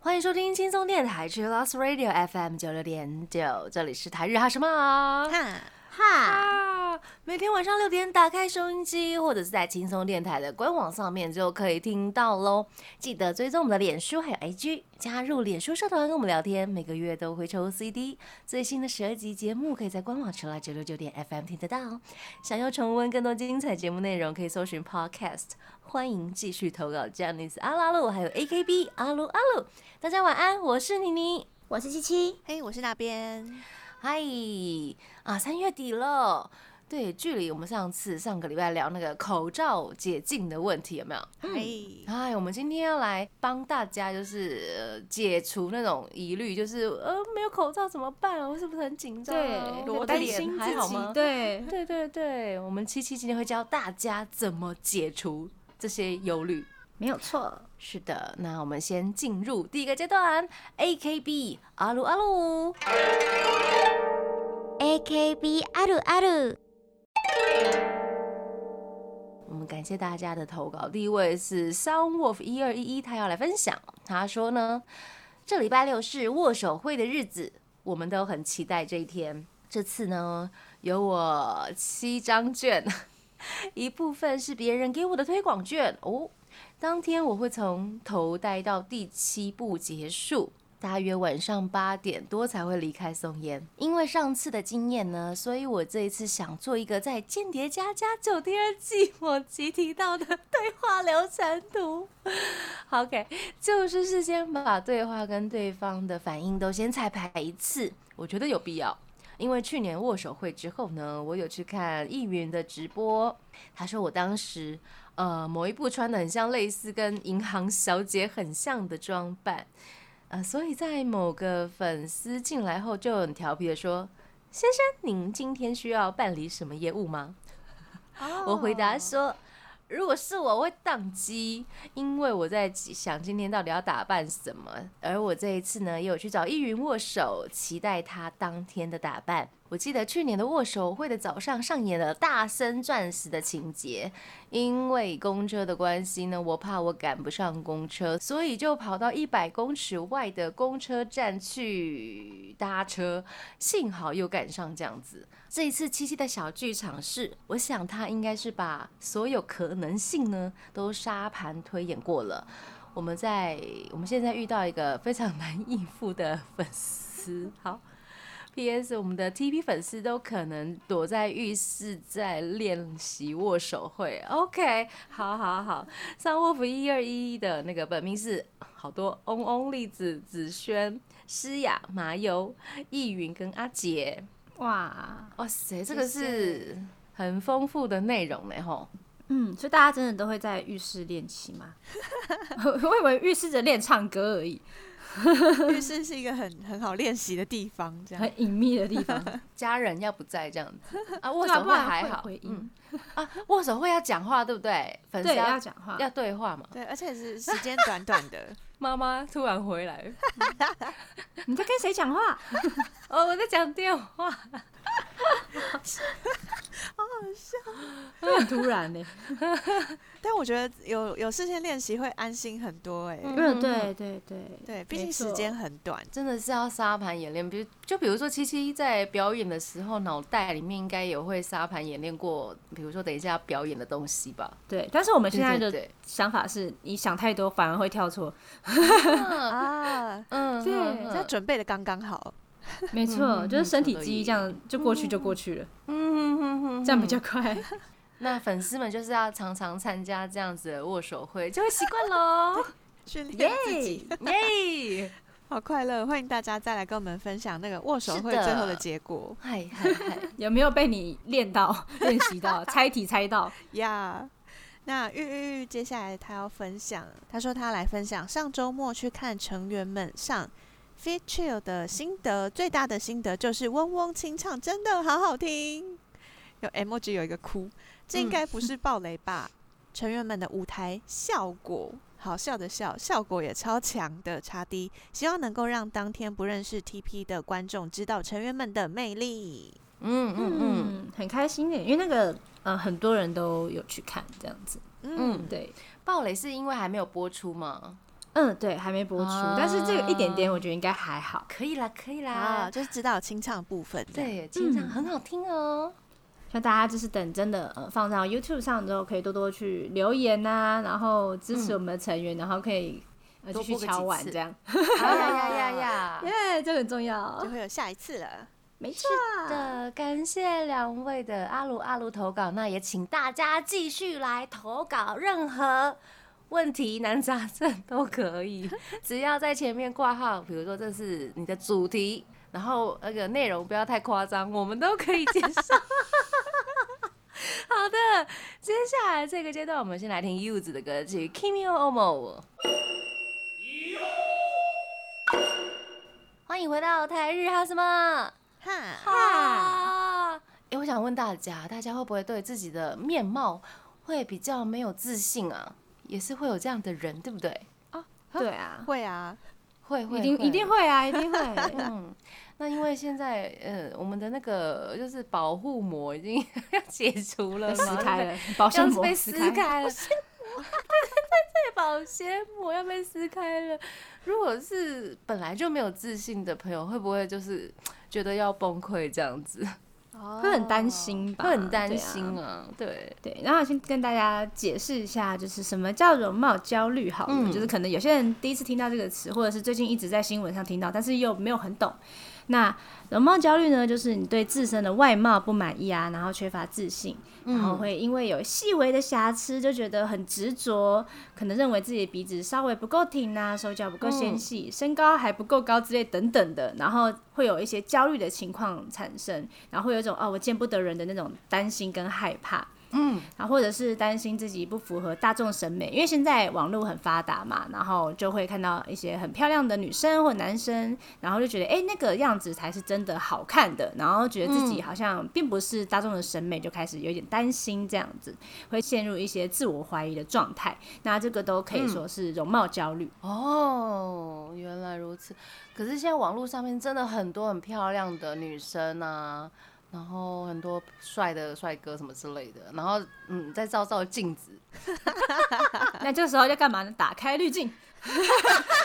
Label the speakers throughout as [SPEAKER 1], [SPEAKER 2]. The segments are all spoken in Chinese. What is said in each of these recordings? [SPEAKER 1] 欢迎收听轻松电台 c h i l l o s Radio FM 九六点九，这里是台日哈什么？
[SPEAKER 2] 哈，
[SPEAKER 3] 哈，
[SPEAKER 1] 啊，每天晚上六点打开收音机，或者是在轻松电台的官网上面就可以听到喽。记得追踪我们的脸书还有 IG，加入脸书社团跟我们聊天，每个月都会抽 CD。最新的十二集节目可以在官网除了九六九点 FM 听得到哦。想要重温更多精彩节目内容，可以搜寻 Podcast。欢迎继续投稿 j a n i c e 阿拉鲁，还有 AKB 阿鲁阿鲁。大家晚安，我是妮妮。
[SPEAKER 3] 我是七七，
[SPEAKER 2] 嘿，我是那边，
[SPEAKER 1] 嗨啊，三月底了，对，距离我们上次上个礼拜聊那个口罩解禁的问题有没有？
[SPEAKER 2] 嗯嘿，
[SPEAKER 1] 哎，我们今天要来帮大家就是、呃解除那种疑虑，就是呃没有口罩怎么办啊？我是不是很紧张、啊？我
[SPEAKER 2] 裸
[SPEAKER 1] 担
[SPEAKER 2] 脸
[SPEAKER 1] 心
[SPEAKER 2] 还
[SPEAKER 1] 自
[SPEAKER 2] 好
[SPEAKER 1] 己
[SPEAKER 2] 吗
[SPEAKER 4] 对，
[SPEAKER 1] 对对对，我们七七今天会教大家怎么解除这些忧虑。
[SPEAKER 3] 没有错。
[SPEAKER 1] 是的，那我们先进入第一个阶段，A K B 阿鲁阿鲁。
[SPEAKER 3] AKB あるある，
[SPEAKER 1] 我们感谢大家的投稿。第一位是 Sound Wolf 一二一一，他要来分享。他说呢，这礼拜六是握手会的日子，我们都很期待这一天。这次呢，有我七张券， 一部分是别人给我的推广券哦。当天我会从头待到第七步结束，大约晚上八点多才会离开松烟。因为上次的经验呢，所以我这一次想做一个在《间谍家家酒》第二季我集提到的对话流程图。OK，就是事先把对话跟对方的反应都先彩排一次，我觉得有必要。因为去年握手会之后呢，我有去看易云的直播，他说我当时呃某一部穿的很像类似跟银行小姐很像的装扮，呃，所以在某个粉丝进来后就很调皮的说：“先生，您今天需要办理什么业务吗？”我回答说：“如果是我，我会宕机，因为我在想今天到底要打扮什么。而我这一次呢，也有去找易云握手，期待他当天的打扮。我记得去年的握手会的早上上演了大声钻石的情节，因为公车的关系呢，我怕我赶不上公车，所以就跑到一百公尺外的公车站去搭车。幸好又赶上这样子。这一次七七的小剧场是，我想他应该是把所有可能性呢都沙盘推演过了。我们在我们现在遇到一个非常难应付的粉丝， 好。P.S. 我们的 T.P 粉丝都可能躲在浴室在练习握手会。OK，好好好，上卧府一二一一的那个本名是好多嗡嗡栗子、子轩、诗雅、麻油、易云跟阿杰。
[SPEAKER 4] 哇，
[SPEAKER 1] 哇塞，这个是很丰富的内容呢，吼。
[SPEAKER 4] 嗯，所以大家真的都会在浴室练习 吗？我以为浴室只练唱歌而已，
[SPEAKER 2] 浴室是一个很很好练习的地方，这样
[SPEAKER 4] 很隐秘的地方。
[SPEAKER 1] 家人要不在这样子啊，握
[SPEAKER 4] 对啊
[SPEAKER 1] 手
[SPEAKER 4] 不
[SPEAKER 1] 啊会
[SPEAKER 4] 然
[SPEAKER 1] 还
[SPEAKER 4] 会
[SPEAKER 1] 好，
[SPEAKER 4] 回音，
[SPEAKER 1] 啊，握手会要讲话，对不对？粉丝
[SPEAKER 4] 对，要讲话，
[SPEAKER 1] 要对话嘛。
[SPEAKER 2] 对，而且是时间短短 的，
[SPEAKER 1] 妈妈突然回来，
[SPEAKER 4] 你在跟谁讲话？
[SPEAKER 1] 哦，我在讲电话。
[SPEAKER 4] 这很突然欸呢。
[SPEAKER 2] 但我觉得有有事先练习会安心很多哎、
[SPEAKER 1] 嗯
[SPEAKER 4] 嗯，对对对
[SPEAKER 2] 对，毕竟时间很短，
[SPEAKER 1] 真的是要沙盘演练，比如就比如说七七在表演的时候，脑袋里面应该也会沙盘演练过，比如说等一下表演的东西吧。
[SPEAKER 4] 对，但是我们现在
[SPEAKER 1] 对对
[SPEAKER 4] 的
[SPEAKER 1] 对
[SPEAKER 4] 想法是，你想太多反而会跳 错。
[SPEAKER 2] 啊，
[SPEAKER 1] 嗯，
[SPEAKER 4] 对
[SPEAKER 1] 嗯
[SPEAKER 2] 要准备的刚刚好，
[SPEAKER 4] 没错，就是身体
[SPEAKER 1] 嗯
[SPEAKER 4] 记忆这样就过去就过去了，
[SPEAKER 1] 嗯哎哼哼
[SPEAKER 4] 这样比较快。
[SPEAKER 1] 那粉丝们就是要常常参加这样子的握手会，就会习惯 喽。
[SPEAKER 2] 训练自己，
[SPEAKER 1] 耶！
[SPEAKER 2] 好快乐！欢迎大家再来跟我们分享那个握手会
[SPEAKER 1] 是的
[SPEAKER 2] 最后的结果
[SPEAKER 1] 嗨嗨嗨！
[SPEAKER 4] 有没有被你练到、练 习到、猜题猜到？
[SPEAKER 2] 呀。那玉玉玉接下来她要分享，她说她来分享上周末去看成员们上 f e a t u r e 的心得，最大的心得就是嗡嗡清唱真的好好听，有 emoji 有一个哭，这应该不是暴雷吧？成员们的舞台效果，好笑的笑，效果也超强的差低，希望能够让当天不认识 TP 的观众知道成员们的魅力。
[SPEAKER 1] 嗯嗯嗯
[SPEAKER 4] 嗯，很开心的，因为那个呃很多人都有去看这样子，
[SPEAKER 1] 嗯，
[SPEAKER 4] 对，
[SPEAKER 1] 暴雷是因为还没有播出吗？
[SPEAKER 4] 嗯对，还没播出，
[SPEAKER 1] 啊
[SPEAKER 4] 但是这个一点点我觉得应该还好，
[SPEAKER 1] 可以啦，可以啦嗯
[SPEAKER 2] 啊，，就是指导清唱部分。，
[SPEAKER 1] 对，经常很好听哦。
[SPEAKER 4] 那大家就是等真的呃放到 YouTube 上之后，可以多多去留言呐、然后支持我们的成员，然后可以呃继
[SPEAKER 1] 多
[SPEAKER 4] 续
[SPEAKER 1] 播个
[SPEAKER 4] 敲
[SPEAKER 1] 几
[SPEAKER 4] 碗
[SPEAKER 1] 次
[SPEAKER 4] 这样，
[SPEAKER 1] 哎呀呀呀 呀！
[SPEAKER 4] 耶、这很重要
[SPEAKER 2] 就，
[SPEAKER 1] 哦
[SPEAKER 2] 会有下一次了。
[SPEAKER 4] 没错，
[SPEAKER 1] 的，感谢两位的阿鲁阿鲁投稿，那也请大家继续来投稿，任何问题、难杂症都可以，只要在前面挂号，比如说这是你的主题，然后那个内容不要太夸张，我们都可以接受。 好的，接下来这个阶段，我们先来听柚子的歌曲《Kimi o Omo》。欢迎回到台日哈什么？
[SPEAKER 2] 哈，
[SPEAKER 4] 啊，
[SPEAKER 1] 啊！哎、我想问大家，大家会不会对自己的面貌会比较没有自信啊？也是会有这样的人，对不对？
[SPEAKER 4] 对啊，
[SPEAKER 2] 会啊，
[SPEAKER 1] 会会
[SPEAKER 4] 一定一定。会啊，一定 会，
[SPEAKER 1] 嗯，那因为现在呃，我们的那个就是保护膜已经 要解除了
[SPEAKER 4] 被
[SPEAKER 1] 嘛，
[SPEAKER 4] 撕开
[SPEAKER 1] 对
[SPEAKER 4] 了，保
[SPEAKER 1] 不对，要
[SPEAKER 4] 鲜
[SPEAKER 1] 是
[SPEAKER 4] 膜
[SPEAKER 1] 被
[SPEAKER 4] 撕
[SPEAKER 1] 撕
[SPEAKER 4] 开，
[SPEAKER 1] 开了。 对，保鲜膜要被撕开了。如果是本来就没有自信的朋友，会不会就是觉得要崩溃这样子？
[SPEAKER 4] 会
[SPEAKER 2] 会
[SPEAKER 4] 很担。心吧？
[SPEAKER 1] 哦会很担
[SPEAKER 4] 对啊
[SPEAKER 1] 心啊，对。
[SPEAKER 4] 对，然后先跟大家解释一下，就是什么叫容貌焦虑好了，
[SPEAKER 1] 嗯
[SPEAKER 4] 就是可能有些人第一次听到这个词，或者是最近一直在新闻上听到，但是又没有很懂。那容貌焦虑呢，就是你对自身的外貌不满意啊，然后缺乏自信，然后会因为有细微的瑕疵就觉得很执着，可能认为自己的鼻子稍微不够挺啊，手脚不够纤细，身高还不够高之类等等的，然后会有一些焦虑的情况产生，然后会有一种哦我见不得人的那种担心跟害怕。然后或者是担心自己不符合大众审美，因为现在网络很发达嘛，然后就会看到一些很漂亮的女生或男生，然后就觉得哎、诶那个样子才是真的好看的，然后觉得自己好像并不是大众的审美，就开始有点担心这样子，会陷入一些自我怀疑的状态。那这个都可以说是容貌焦虑，
[SPEAKER 1] 哦，原来如此。可是现在网络上面真的很多很漂亮的女生啊，然后很多帅的帅哥什么之类的，然后嗯，再照照镜子，
[SPEAKER 4] 那这时候要干嘛呢？打开滤镜，。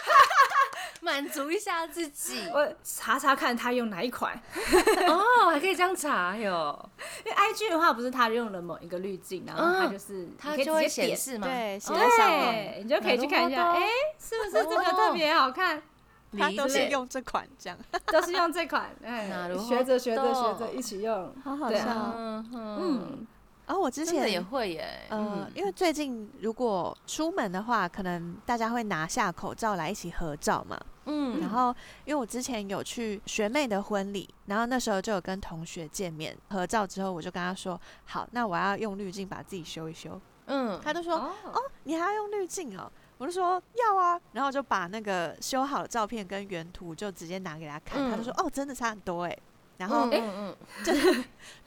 [SPEAKER 1] 满足一下自己
[SPEAKER 4] 我查查看他用哪一款。
[SPEAKER 1] 哦，还可以这样查哟，
[SPEAKER 4] 因为 IG 的话，不是他用了某一个滤镜，然后他
[SPEAKER 1] 嗯
[SPEAKER 4] 就是你
[SPEAKER 1] 它
[SPEAKER 4] 可以
[SPEAKER 1] 就会
[SPEAKER 4] 直接
[SPEAKER 1] 显
[SPEAKER 4] 点
[SPEAKER 1] 示嘛。哦
[SPEAKER 2] 对，写在上面，
[SPEAKER 4] 对，你就可以去看一下，
[SPEAKER 1] なるほど
[SPEAKER 4] 哎、是不是这个特别好看？
[SPEAKER 2] 他
[SPEAKER 1] 哦理
[SPEAKER 2] 都是
[SPEAKER 1] 解
[SPEAKER 2] 用这款这样，
[SPEAKER 4] 都是用这款，哎、
[SPEAKER 1] なるほど
[SPEAKER 4] 学着学着学着一起用，
[SPEAKER 2] 好好
[SPEAKER 4] 对
[SPEAKER 2] 笑
[SPEAKER 4] 啊
[SPEAKER 2] 哦。
[SPEAKER 1] 嗯嗯，
[SPEAKER 4] 嗯，
[SPEAKER 2] 然后哦我之
[SPEAKER 1] 真的也
[SPEAKER 2] 前
[SPEAKER 1] 会耶。
[SPEAKER 2] 呃
[SPEAKER 1] 嗯，，
[SPEAKER 2] 因为最近如果出门的话，可能大家会拿下口罩来一起合照嘛。
[SPEAKER 1] 嗯，
[SPEAKER 2] 然后，因为我之前有去学妹的婚礼，然后那时候就有跟同学见面合照之后，我就跟她说：“好，那我要用滤镜把自己修一修。”
[SPEAKER 1] 嗯，
[SPEAKER 2] 她就说：“
[SPEAKER 4] 哦，
[SPEAKER 2] 你还要用滤镜哦？”我就说：“要啊。”然后我就把那个修好的照片跟原图就直接拿给她看，她
[SPEAKER 1] 嗯
[SPEAKER 2] 就说：“哦，真的差很多哎、然后
[SPEAKER 1] 嗯，嗯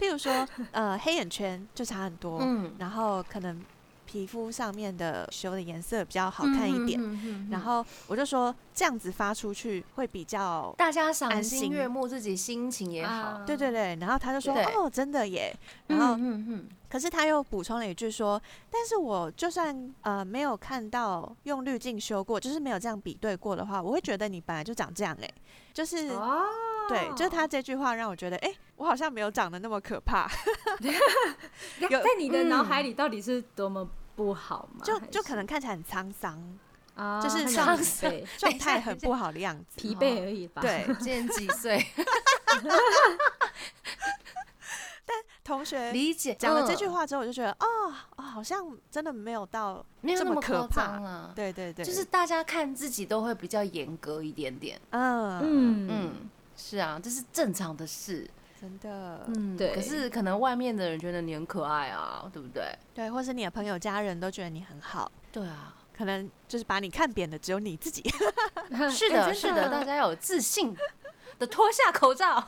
[SPEAKER 2] 譬如说，呃，黑眼圈就差很多，
[SPEAKER 1] 嗯，
[SPEAKER 2] 然后可能皮肤上面的修的颜色比较好看一
[SPEAKER 1] 嗯
[SPEAKER 2] 点。
[SPEAKER 1] 点
[SPEAKER 2] 然后我就说这样子发出去会比较
[SPEAKER 1] 大家赏
[SPEAKER 2] 安
[SPEAKER 1] 心
[SPEAKER 2] 心啊
[SPEAKER 1] 悦目，自己心情也好。
[SPEAKER 2] 对对对，然后他就说
[SPEAKER 1] 对
[SPEAKER 2] 哦，真的耶。然后，
[SPEAKER 1] 嗯嗯
[SPEAKER 2] 可是他又补充了一句说，但是我就算呃没有看到用滤镜修过，就是没有这样比对过的话，我会觉得你本来就长这样哎，就是、
[SPEAKER 4] 哦，
[SPEAKER 2] 对，就是他这句话让我觉得，哎、我好像没有长得那么可怕，
[SPEAKER 4] 在
[SPEAKER 2] 有
[SPEAKER 4] 在你的脑海里到底是多么不好 吗？
[SPEAKER 2] 就
[SPEAKER 4] 还
[SPEAKER 2] 就可能看起来很沧桑，
[SPEAKER 4] 啊，
[SPEAKER 2] 就是
[SPEAKER 4] 看起
[SPEAKER 2] 上
[SPEAKER 4] 来很疲惫
[SPEAKER 1] 哎
[SPEAKER 2] 状态很不好的样子。
[SPEAKER 4] 疲惫而已吧，，
[SPEAKER 2] 对，
[SPEAKER 1] 嗯，今年几 岁？
[SPEAKER 2] 同学
[SPEAKER 1] 理解
[SPEAKER 2] 讲了这句
[SPEAKER 1] 嗯
[SPEAKER 2] 话之后，我就觉得，哦哦，好像真的没有到，
[SPEAKER 1] 没有
[SPEAKER 2] 这
[SPEAKER 1] 那
[SPEAKER 2] 么
[SPEAKER 1] 么
[SPEAKER 2] 可
[SPEAKER 1] 夸
[SPEAKER 2] 怕
[SPEAKER 1] 张啊。
[SPEAKER 2] 对对对，
[SPEAKER 1] 就是大家看自己都会比较严格一点点。
[SPEAKER 2] 嗯嗯，
[SPEAKER 4] 嗯嗯，
[SPEAKER 1] 嗯，是啊，这是正常的事。
[SPEAKER 2] 真的，
[SPEAKER 1] 嗯，
[SPEAKER 4] 对
[SPEAKER 1] 可是可能外面的人觉得你很可爱啊，对不对？
[SPEAKER 2] 对，或是你的朋友、家人都觉得你很好，
[SPEAKER 1] 对啊，
[SPEAKER 2] 可能就是把你看扁的只有你自己。
[SPEAKER 1] 是
[SPEAKER 4] 哎
[SPEAKER 1] 的，
[SPEAKER 4] 真
[SPEAKER 1] 是 的，大家要有自信的脱下口罩。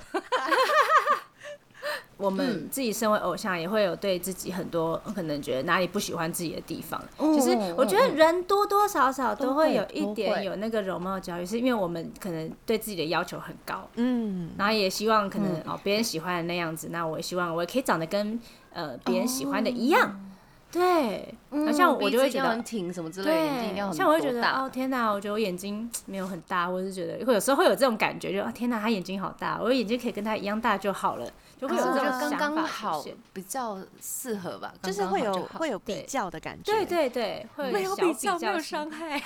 [SPEAKER 4] 我们
[SPEAKER 1] 嗯
[SPEAKER 4] 自己身为偶像，也会有对自己很多可能觉得哪里不喜欢自己的地方。
[SPEAKER 1] 嗯
[SPEAKER 4] 就是
[SPEAKER 1] 嗯
[SPEAKER 4] 我
[SPEAKER 1] 嗯
[SPEAKER 4] 觉得
[SPEAKER 1] 嗯
[SPEAKER 4] 人多多少少
[SPEAKER 1] 都
[SPEAKER 4] 都
[SPEAKER 1] 会
[SPEAKER 4] 会有一
[SPEAKER 1] 都会
[SPEAKER 4] 点有那个容貌焦虑，是因为我们可能对自己的要求很高，
[SPEAKER 2] 嗯，
[SPEAKER 4] 然后也希望可能、哦别人喜欢的那样子，那我也希望我也可以长得跟呃别人喜欢的一样。对，
[SPEAKER 1] 嗯
[SPEAKER 4] 然后像我就会
[SPEAKER 1] 鼻子
[SPEAKER 4] 觉
[SPEAKER 1] 一定要
[SPEAKER 4] 得
[SPEAKER 1] 很挺什么之类的，眼睛一定要
[SPEAKER 4] 对，
[SPEAKER 1] 很
[SPEAKER 4] 像我会觉
[SPEAKER 1] 多
[SPEAKER 4] 得
[SPEAKER 1] 大
[SPEAKER 4] 哦天哪，我觉得我眼睛没有很大，我是觉得会有时候会有这种感觉，就啊天哪，他眼睛好大，我眼睛可以跟他一样大就好了，就会有
[SPEAKER 1] 可是
[SPEAKER 4] 这
[SPEAKER 1] 我觉
[SPEAKER 4] 种
[SPEAKER 1] 得
[SPEAKER 4] 想
[SPEAKER 1] 哦刚
[SPEAKER 4] 法
[SPEAKER 1] 刚
[SPEAKER 4] 出
[SPEAKER 1] 好
[SPEAKER 4] 现。
[SPEAKER 1] 比较适合吧，
[SPEAKER 2] 就是
[SPEAKER 1] 刚刚
[SPEAKER 2] 会
[SPEAKER 1] 好
[SPEAKER 2] 有
[SPEAKER 1] 就好
[SPEAKER 2] 会有比
[SPEAKER 4] 对
[SPEAKER 2] 较的感觉，
[SPEAKER 4] 对对对，会
[SPEAKER 1] 没
[SPEAKER 4] 有
[SPEAKER 1] 有
[SPEAKER 4] 小
[SPEAKER 1] 比
[SPEAKER 4] 比
[SPEAKER 1] 较没有
[SPEAKER 4] 心
[SPEAKER 1] 伤害，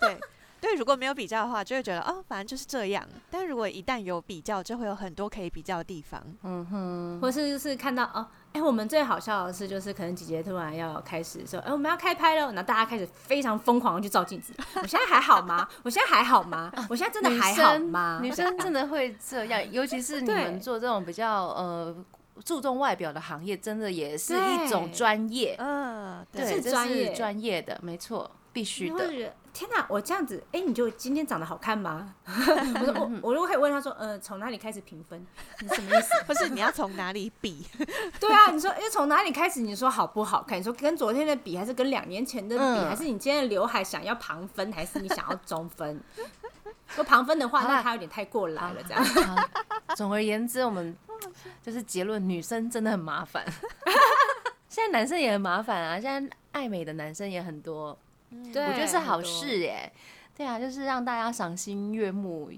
[SPEAKER 2] 对对，如果没有比较的话，就会觉得哦，反正就是这样。但如果一旦有比较，就会有很多可以比较的地方。
[SPEAKER 1] 嗯哼，
[SPEAKER 4] 或是就是看到哦，哎、我们最好笑的是，就是可能姐姐突然要开始说，哎、我们要开拍了，然后大家开始非常疯狂的去照镜子，我现在还好吗？我现在还好吗？我现在真的
[SPEAKER 1] 女
[SPEAKER 4] 还好
[SPEAKER 1] 生
[SPEAKER 4] 吗？
[SPEAKER 1] 女生真的会这样，尤其是你们
[SPEAKER 4] 对
[SPEAKER 1] 做这种比较呃注重外表的行业，真的也是一种
[SPEAKER 4] 对
[SPEAKER 1] 专业，
[SPEAKER 2] 嗯，
[SPEAKER 1] 对，
[SPEAKER 4] 是
[SPEAKER 1] 这
[SPEAKER 4] 专业
[SPEAKER 1] 专业的，没错，必须
[SPEAKER 4] 你会
[SPEAKER 1] 的。
[SPEAKER 4] 觉得天哪，我这样子，哎、你就今天长得好看吗？ 我
[SPEAKER 1] 嗯
[SPEAKER 4] 说我我如果可以问他说，呃，从哪里开始评分？你什么意思？
[SPEAKER 2] 不是你要从哪里比？
[SPEAKER 4] 对啊，你说，哎、从哪里开始？你说好不好看？你说跟昨天的比，还是跟两年前的比，
[SPEAKER 1] 嗯
[SPEAKER 4] 还是你今天的刘海想要旁分，还是你想要中分？ 说旁分的话，
[SPEAKER 1] 好啦
[SPEAKER 4] 那他有点太过来了，这样。
[SPEAKER 1] 好啊总而言之，我们就是结论，女生真的很麻烦。 现在男生也很麻烦啊，现在爱美的男生也很多，
[SPEAKER 4] 对，
[SPEAKER 1] 我觉得是好
[SPEAKER 4] 很多。
[SPEAKER 1] 事耶、对啊，就是让大家赏心悦目，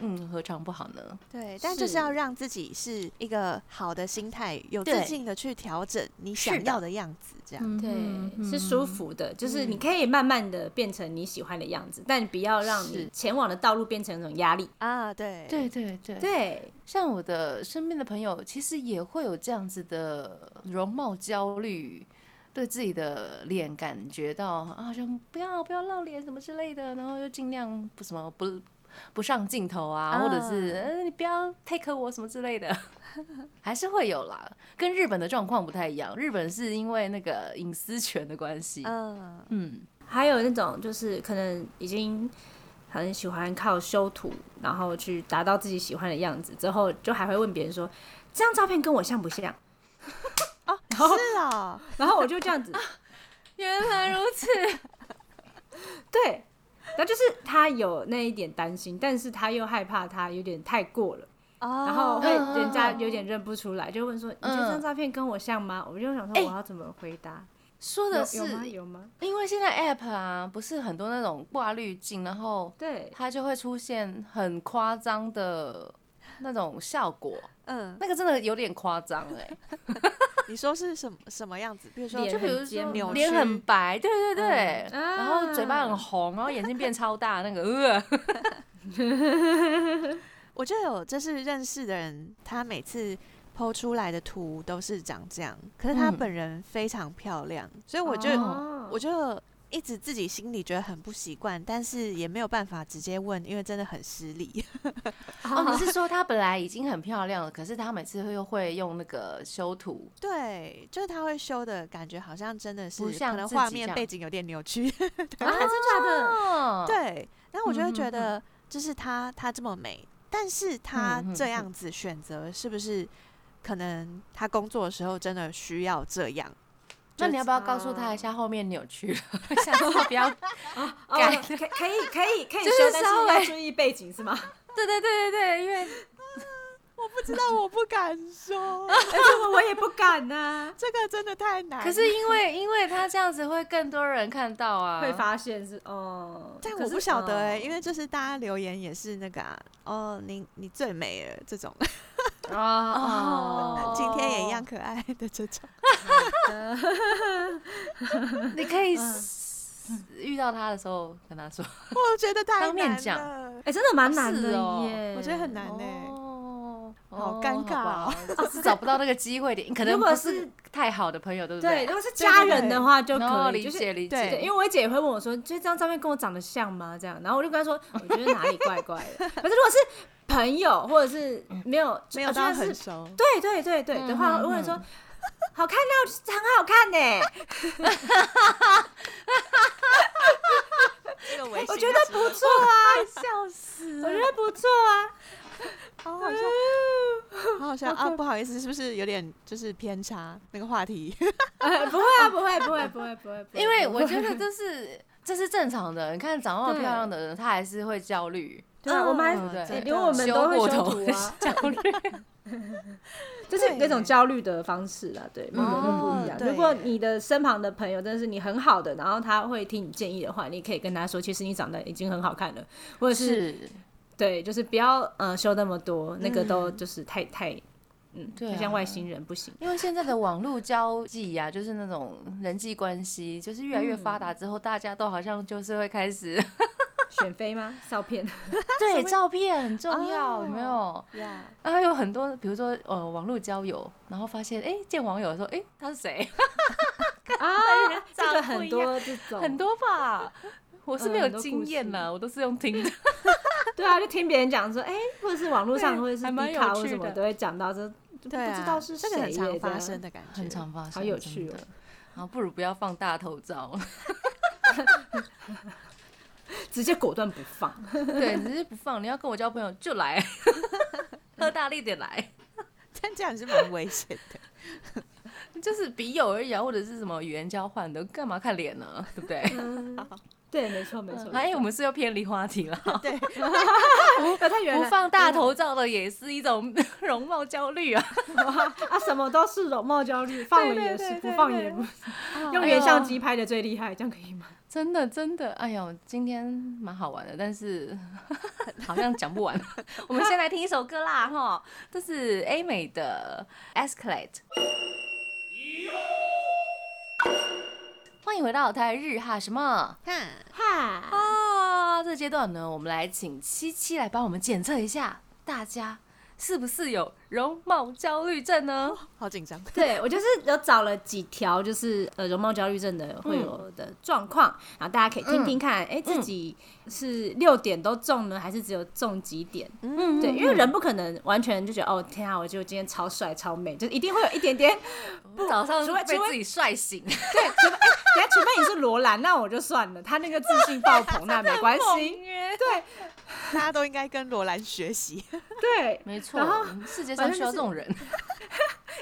[SPEAKER 1] 嗯，何尝不好呢？
[SPEAKER 2] 对，但就是
[SPEAKER 4] 是
[SPEAKER 2] 要让自己是一个好的心态，有自
[SPEAKER 1] 对
[SPEAKER 2] 信的去调整你
[SPEAKER 1] 是
[SPEAKER 2] 想
[SPEAKER 1] 的
[SPEAKER 2] 要的样子，这
[SPEAKER 1] 嗯
[SPEAKER 2] 样。
[SPEAKER 4] 对，是舒服的，就是你可以慢慢的变成你喜欢的样子，但你不要让
[SPEAKER 1] 是
[SPEAKER 4] 你前往的道路变成一种压力。
[SPEAKER 2] 啊，对，
[SPEAKER 1] 对对对，
[SPEAKER 4] 对，
[SPEAKER 1] 像我的身边的朋友，其实也会有这样子的容貌焦虑，对自己的脸感觉到啊，好像不要不要露脸什么之类的，然后又尽量不什么不不上镜头啊，或者是
[SPEAKER 2] 啊
[SPEAKER 1] 呃你不要 take 我什么之类的， 还是会有啦。跟日本的状况不太一样，日本是因为那个隐私权的关系，
[SPEAKER 2] 嗯，
[SPEAKER 1] 嗯，
[SPEAKER 4] 还有那种就是可能已经很喜欢靠修图，然后去达到自己喜欢的样子之后，就还会问别人说这张照片跟我像不像？
[SPEAKER 2] 哦，是哦，
[SPEAKER 4] 然后我就 这样子，
[SPEAKER 1] 原来如 此，
[SPEAKER 4] 对，然后就是他有那一点担心，但是他又害怕他有点太过了，
[SPEAKER 2] 哦，
[SPEAKER 4] 然后会
[SPEAKER 1] 嗯嗯
[SPEAKER 4] 人家
[SPEAKER 1] 嗯
[SPEAKER 4] 有点认不出来，就问说你觉得这张照片跟我像吗？我就想说
[SPEAKER 1] 哎
[SPEAKER 4] 我要怎么回答？
[SPEAKER 1] 说
[SPEAKER 4] 有
[SPEAKER 1] 的
[SPEAKER 4] 有吗？
[SPEAKER 1] 是，
[SPEAKER 4] 有吗？
[SPEAKER 1] 因为现在 app 啊，不是很多那种挂滤镜，然后。
[SPEAKER 4] 对，
[SPEAKER 1] 它就会出现很夸张的那种效果，
[SPEAKER 2] 嗯，
[SPEAKER 1] 那个真的有点夸张哎，
[SPEAKER 2] 你说是什么什么样子？比如说，
[SPEAKER 4] 脸
[SPEAKER 1] 就比如
[SPEAKER 4] 很尖
[SPEAKER 1] 说
[SPEAKER 2] 扭
[SPEAKER 1] 脸
[SPEAKER 2] 曲
[SPEAKER 1] 很白，对对对，
[SPEAKER 4] 嗯啊
[SPEAKER 1] 然后嘴巴很红，然后眼睛变超大，那个呃，
[SPEAKER 2] 我就有就是认识的人，他每次剖出来的图都是长这样，可是他
[SPEAKER 1] 嗯
[SPEAKER 2] 本人非常漂亮，所以我就、
[SPEAKER 1] 哦
[SPEAKER 2] 我就一直自己心里觉得很不习惯，但是也没有办法直接问，因为真的很失礼。
[SPEAKER 1] 哦，你是说她本来已经很漂亮了，可是她每次又会用那个修图，
[SPEAKER 2] 对，就是他会修的感觉，好像真的是
[SPEAKER 1] 不像
[SPEAKER 2] 可能
[SPEAKER 1] 自己
[SPEAKER 2] 画
[SPEAKER 1] 这
[SPEAKER 2] 面
[SPEAKER 1] 样
[SPEAKER 2] 背景有点扭曲。
[SPEAKER 4] 啊，真假的？
[SPEAKER 1] 哦，
[SPEAKER 2] 对，然后我就会
[SPEAKER 1] 嗯
[SPEAKER 2] 觉
[SPEAKER 1] 嗯
[SPEAKER 2] 得，就是她她这么美，但是她
[SPEAKER 1] 嗯嗯
[SPEAKER 2] 这
[SPEAKER 1] 嗯
[SPEAKER 2] 样子选择是不是可能她工作的时候真的需要这样？
[SPEAKER 1] 那你要不要告诉她一下后面扭曲了， 下次不要，
[SPEAKER 4] 哦
[SPEAKER 1] 改
[SPEAKER 4] 可可可以可以可以
[SPEAKER 1] 就是
[SPEAKER 4] 修，但
[SPEAKER 1] 稍
[SPEAKER 4] 是
[SPEAKER 1] 微
[SPEAKER 4] 要注意背景是吗？
[SPEAKER 1] 对对对对对，因为
[SPEAKER 2] 不知道，我不敢说，
[SPEAKER 4] 但是我我也不敢啊呐、
[SPEAKER 2] 这个真的太难。
[SPEAKER 1] 可是因为因为她这样子会更多人看到啊，
[SPEAKER 4] 会发现是哦，
[SPEAKER 2] 但
[SPEAKER 4] 可
[SPEAKER 2] 我
[SPEAKER 4] 是
[SPEAKER 2] 不晓得
[SPEAKER 1] 嗯
[SPEAKER 2] 哎、
[SPEAKER 4] 哦
[SPEAKER 2] 因为就是大家留言也是那个啊，哦，你你最美了这种，
[SPEAKER 4] 哦，
[SPEAKER 2] 今天也一样可爱的这种。
[SPEAKER 1] 你可以遇到他的时候跟他说，
[SPEAKER 2] 我觉得太
[SPEAKER 1] 当面
[SPEAKER 2] 难
[SPEAKER 1] 讲
[SPEAKER 2] 了
[SPEAKER 4] 哎、，真的蛮难
[SPEAKER 1] 是
[SPEAKER 4] 的
[SPEAKER 1] 哦
[SPEAKER 4] 耶，
[SPEAKER 2] 我觉得很难哎、
[SPEAKER 1] 哦，
[SPEAKER 2] 好尴尬哦
[SPEAKER 1] 哦，就是找不到那个机会点，可能
[SPEAKER 4] 如果
[SPEAKER 1] 不
[SPEAKER 4] 是
[SPEAKER 1] 是太好的朋友，对不
[SPEAKER 4] 对，如？果是
[SPEAKER 2] 对
[SPEAKER 4] 家
[SPEAKER 2] 对对
[SPEAKER 4] 人的话就
[SPEAKER 1] 哦
[SPEAKER 4] 可以，
[SPEAKER 1] 理
[SPEAKER 4] 就是
[SPEAKER 1] 解理
[SPEAKER 2] 对
[SPEAKER 4] 对，
[SPEAKER 1] 解，
[SPEAKER 4] 因为我姐也会问我说，这张照片跟我长得像吗？这样，然后我就跟她说，嗯我觉得哪里怪怪的。可是如果是朋友或者是没有
[SPEAKER 2] 没有
[SPEAKER 4] 就
[SPEAKER 2] 到
[SPEAKER 4] 算
[SPEAKER 2] 很
[SPEAKER 4] 是
[SPEAKER 2] 熟。
[SPEAKER 4] 对对对对的话，
[SPEAKER 1] 嗯嗯
[SPEAKER 4] 如果
[SPEAKER 1] 嗯
[SPEAKER 4] 说好看啊，就是很好看呢、
[SPEAKER 2] 这个微
[SPEAKER 4] 我
[SPEAKER 2] 信
[SPEAKER 4] 觉得
[SPEAKER 2] 要
[SPEAKER 4] 不错啊，
[SPEAKER 1] 笑死
[SPEAKER 4] 我觉得不错啊，
[SPEAKER 2] 哦好好笑，好好笑啊！不好意思，是不是有点就是偏差那个话题？
[SPEAKER 4] 呃不会啊，不会，不会，不会，不会，不会
[SPEAKER 1] 因为我
[SPEAKER 4] 不会
[SPEAKER 1] 觉得这是 这是正常的。你看长得那么
[SPEAKER 4] 对
[SPEAKER 1] 漂亮的人，他还是会焦虑，
[SPEAKER 4] 对啊，
[SPEAKER 2] 嗯
[SPEAKER 4] 我们还
[SPEAKER 2] 嗯
[SPEAKER 4] 对
[SPEAKER 2] 真的
[SPEAKER 4] 连我们都会
[SPEAKER 1] 过
[SPEAKER 4] 修
[SPEAKER 1] 头
[SPEAKER 4] 图
[SPEAKER 1] 会，
[SPEAKER 4] 啊
[SPEAKER 1] 焦虑。
[SPEAKER 4] 就是那种焦虑的方式啦，对，每个人都不一
[SPEAKER 1] 哦
[SPEAKER 4] 样。
[SPEAKER 2] 对
[SPEAKER 4] 如果你的身旁的朋友真的是你很好的，然后他会听你建议的话，你可以跟他说，其实你长得已经很好看了，或者是
[SPEAKER 1] 是，
[SPEAKER 4] 对，就是不要呃修那么多，那个都就是太太嗯，
[SPEAKER 1] 对啊
[SPEAKER 4] 太像外星人不行。
[SPEAKER 1] 因为现在的网络交际呀、就是那种人际关系，就是越来越发达之后，大家都好像就是会开始
[SPEAKER 4] 选妃吗？ 照片？
[SPEAKER 1] 对照片很重要，
[SPEAKER 2] 哦
[SPEAKER 1] 有没有？
[SPEAKER 2] 呀，
[SPEAKER 1] 然后有很多，比如说呃，网络交友，然后发现哎、见网友的时候，哎、他是谁？
[SPEAKER 4] 啊，这个
[SPEAKER 1] 长不
[SPEAKER 4] 很
[SPEAKER 1] 一样
[SPEAKER 4] 多这种
[SPEAKER 1] 很多吧。我是没
[SPEAKER 4] 嗯
[SPEAKER 1] 有
[SPEAKER 4] 很多哦故
[SPEAKER 1] 经验啦，我都是用听 的。
[SPEAKER 4] 对啊，就听别人讲说，哎、或者是网络上
[SPEAKER 1] 对
[SPEAKER 4] 或者是
[SPEAKER 1] 还蛮
[SPEAKER 4] 迪卡
[SPEAKER 1] 有
[SPEAKER 4] 或者
[SPEAKER 1] 趣
[SPEAKER 4] 什么
[SPEAKER 1] 的
[SPEAKER 4] 都会讲到这，就不
[SPEAKER 2] 对啊，
[SPEAKER 4] 知道是
[SPEAKER 2] 这
[SPEAKER 4] 谁
[SPEAKER 2] 个很
[SPEAKER 4] 耶啊
[SPEAKER 2] 常
[SPEAKER 4] 这
[SPEAKER 2] 发
[SPEAKER 4] 样
[SPEAKER 2] 生的感觉，
[SPEAKER 1] 很常发生，
[SPEAKER 4] 好有趣哦
[SPEAKER 1] 真的。然后不如不要放大头 照，
[SPEAKER 4] 直接果断不 放。
[SPEAKER 1] 对，只是不放。你要跟我交朋友就 来，喝大力点来，
[SPEAKER 2] 但这样是蛮危险的。
[SPEAKER 1] 就是笔友而已啊，或者是什么语言交换的，干嘛看脸呢？对不对？
[SPEAKER 4] 嗯 对，没错没错。
[SPEAKER 1] 哎，我们是要偏离话题了，
[SPEAKER 2] 对，
[SPEAKER 4] 不太远
[SPEAKER 1] 不
[SPEAKER 4] 了
[SPEAKER 1] 放大头照的也是一种 容貌焦虑啊。
[SPEAKER 4] 啊，什么都是容貌 焦虑，放了也是，
[SPEAKER 1] 对对
[SPEAKER 4] 不放也 不是。用
[SPEAKER 1] 哎
[SPEAKER 4] 原
[SPEAKER 1] 呦
[SPEAKER 4] 相机拍的最厉害，这样可以吗？
[SPEAKER 1] 真的真的，哎呦，今天蛮好玩的，但 是好像讲不完。 我们先来听一首歌 啦，哈，这是 A 美的《Escalate》。欢迎回到台日哈什么
[SPEAKER 2] 看
[SPEAKER 4] 哈，
[SPEAKER 1] 啊？这阶段呢，我们来请七七来帮我们检测一下，大家是不是有容貌焦虑症呢？
[SPEAKER 2] 好紧张。
[SPEAKER 4] 对我就是有找了几条，就是呃容貌焦虑症的会有
[SPEAKER 1] 嗯
[SPEAKER 4] 的状况，然后大家可以听听看，哎、自己是六点都中呢，还是只有中几点？
[SPEAKER 1] 嗯，
[SPEAKER 4] 对，因为人不可能完全就觉得哦天啊，我就今天超帅超美，就一定会有一点点
[SPEAKER 1] 早上
[SPEAKER 4] 除非
[SPEAKER 1] 被
[SPEAKER 4] 除非
[SPEAKER 1] 自己帅 醒，
[SPEAKER 4] 对，除非哎，等下除非你是罗兰，那我就算了，他那个自信爆棚，那没关 系。对
[SPEAKER 2] 大家都应该跟罗兰学习。
[SPEAKER 4] 对，
[SPEAKER 1] 没错
[SPEAKER 4] 然后，
[SPEAKER 1] 世界
[SPEAKER 4] 反
[SPEAKER 1] 上
[SPEAKER 4] 正
[SPEAKER 1] 需要
[SPEAKER 4] 就是
[SPEAKER 1] 这种人。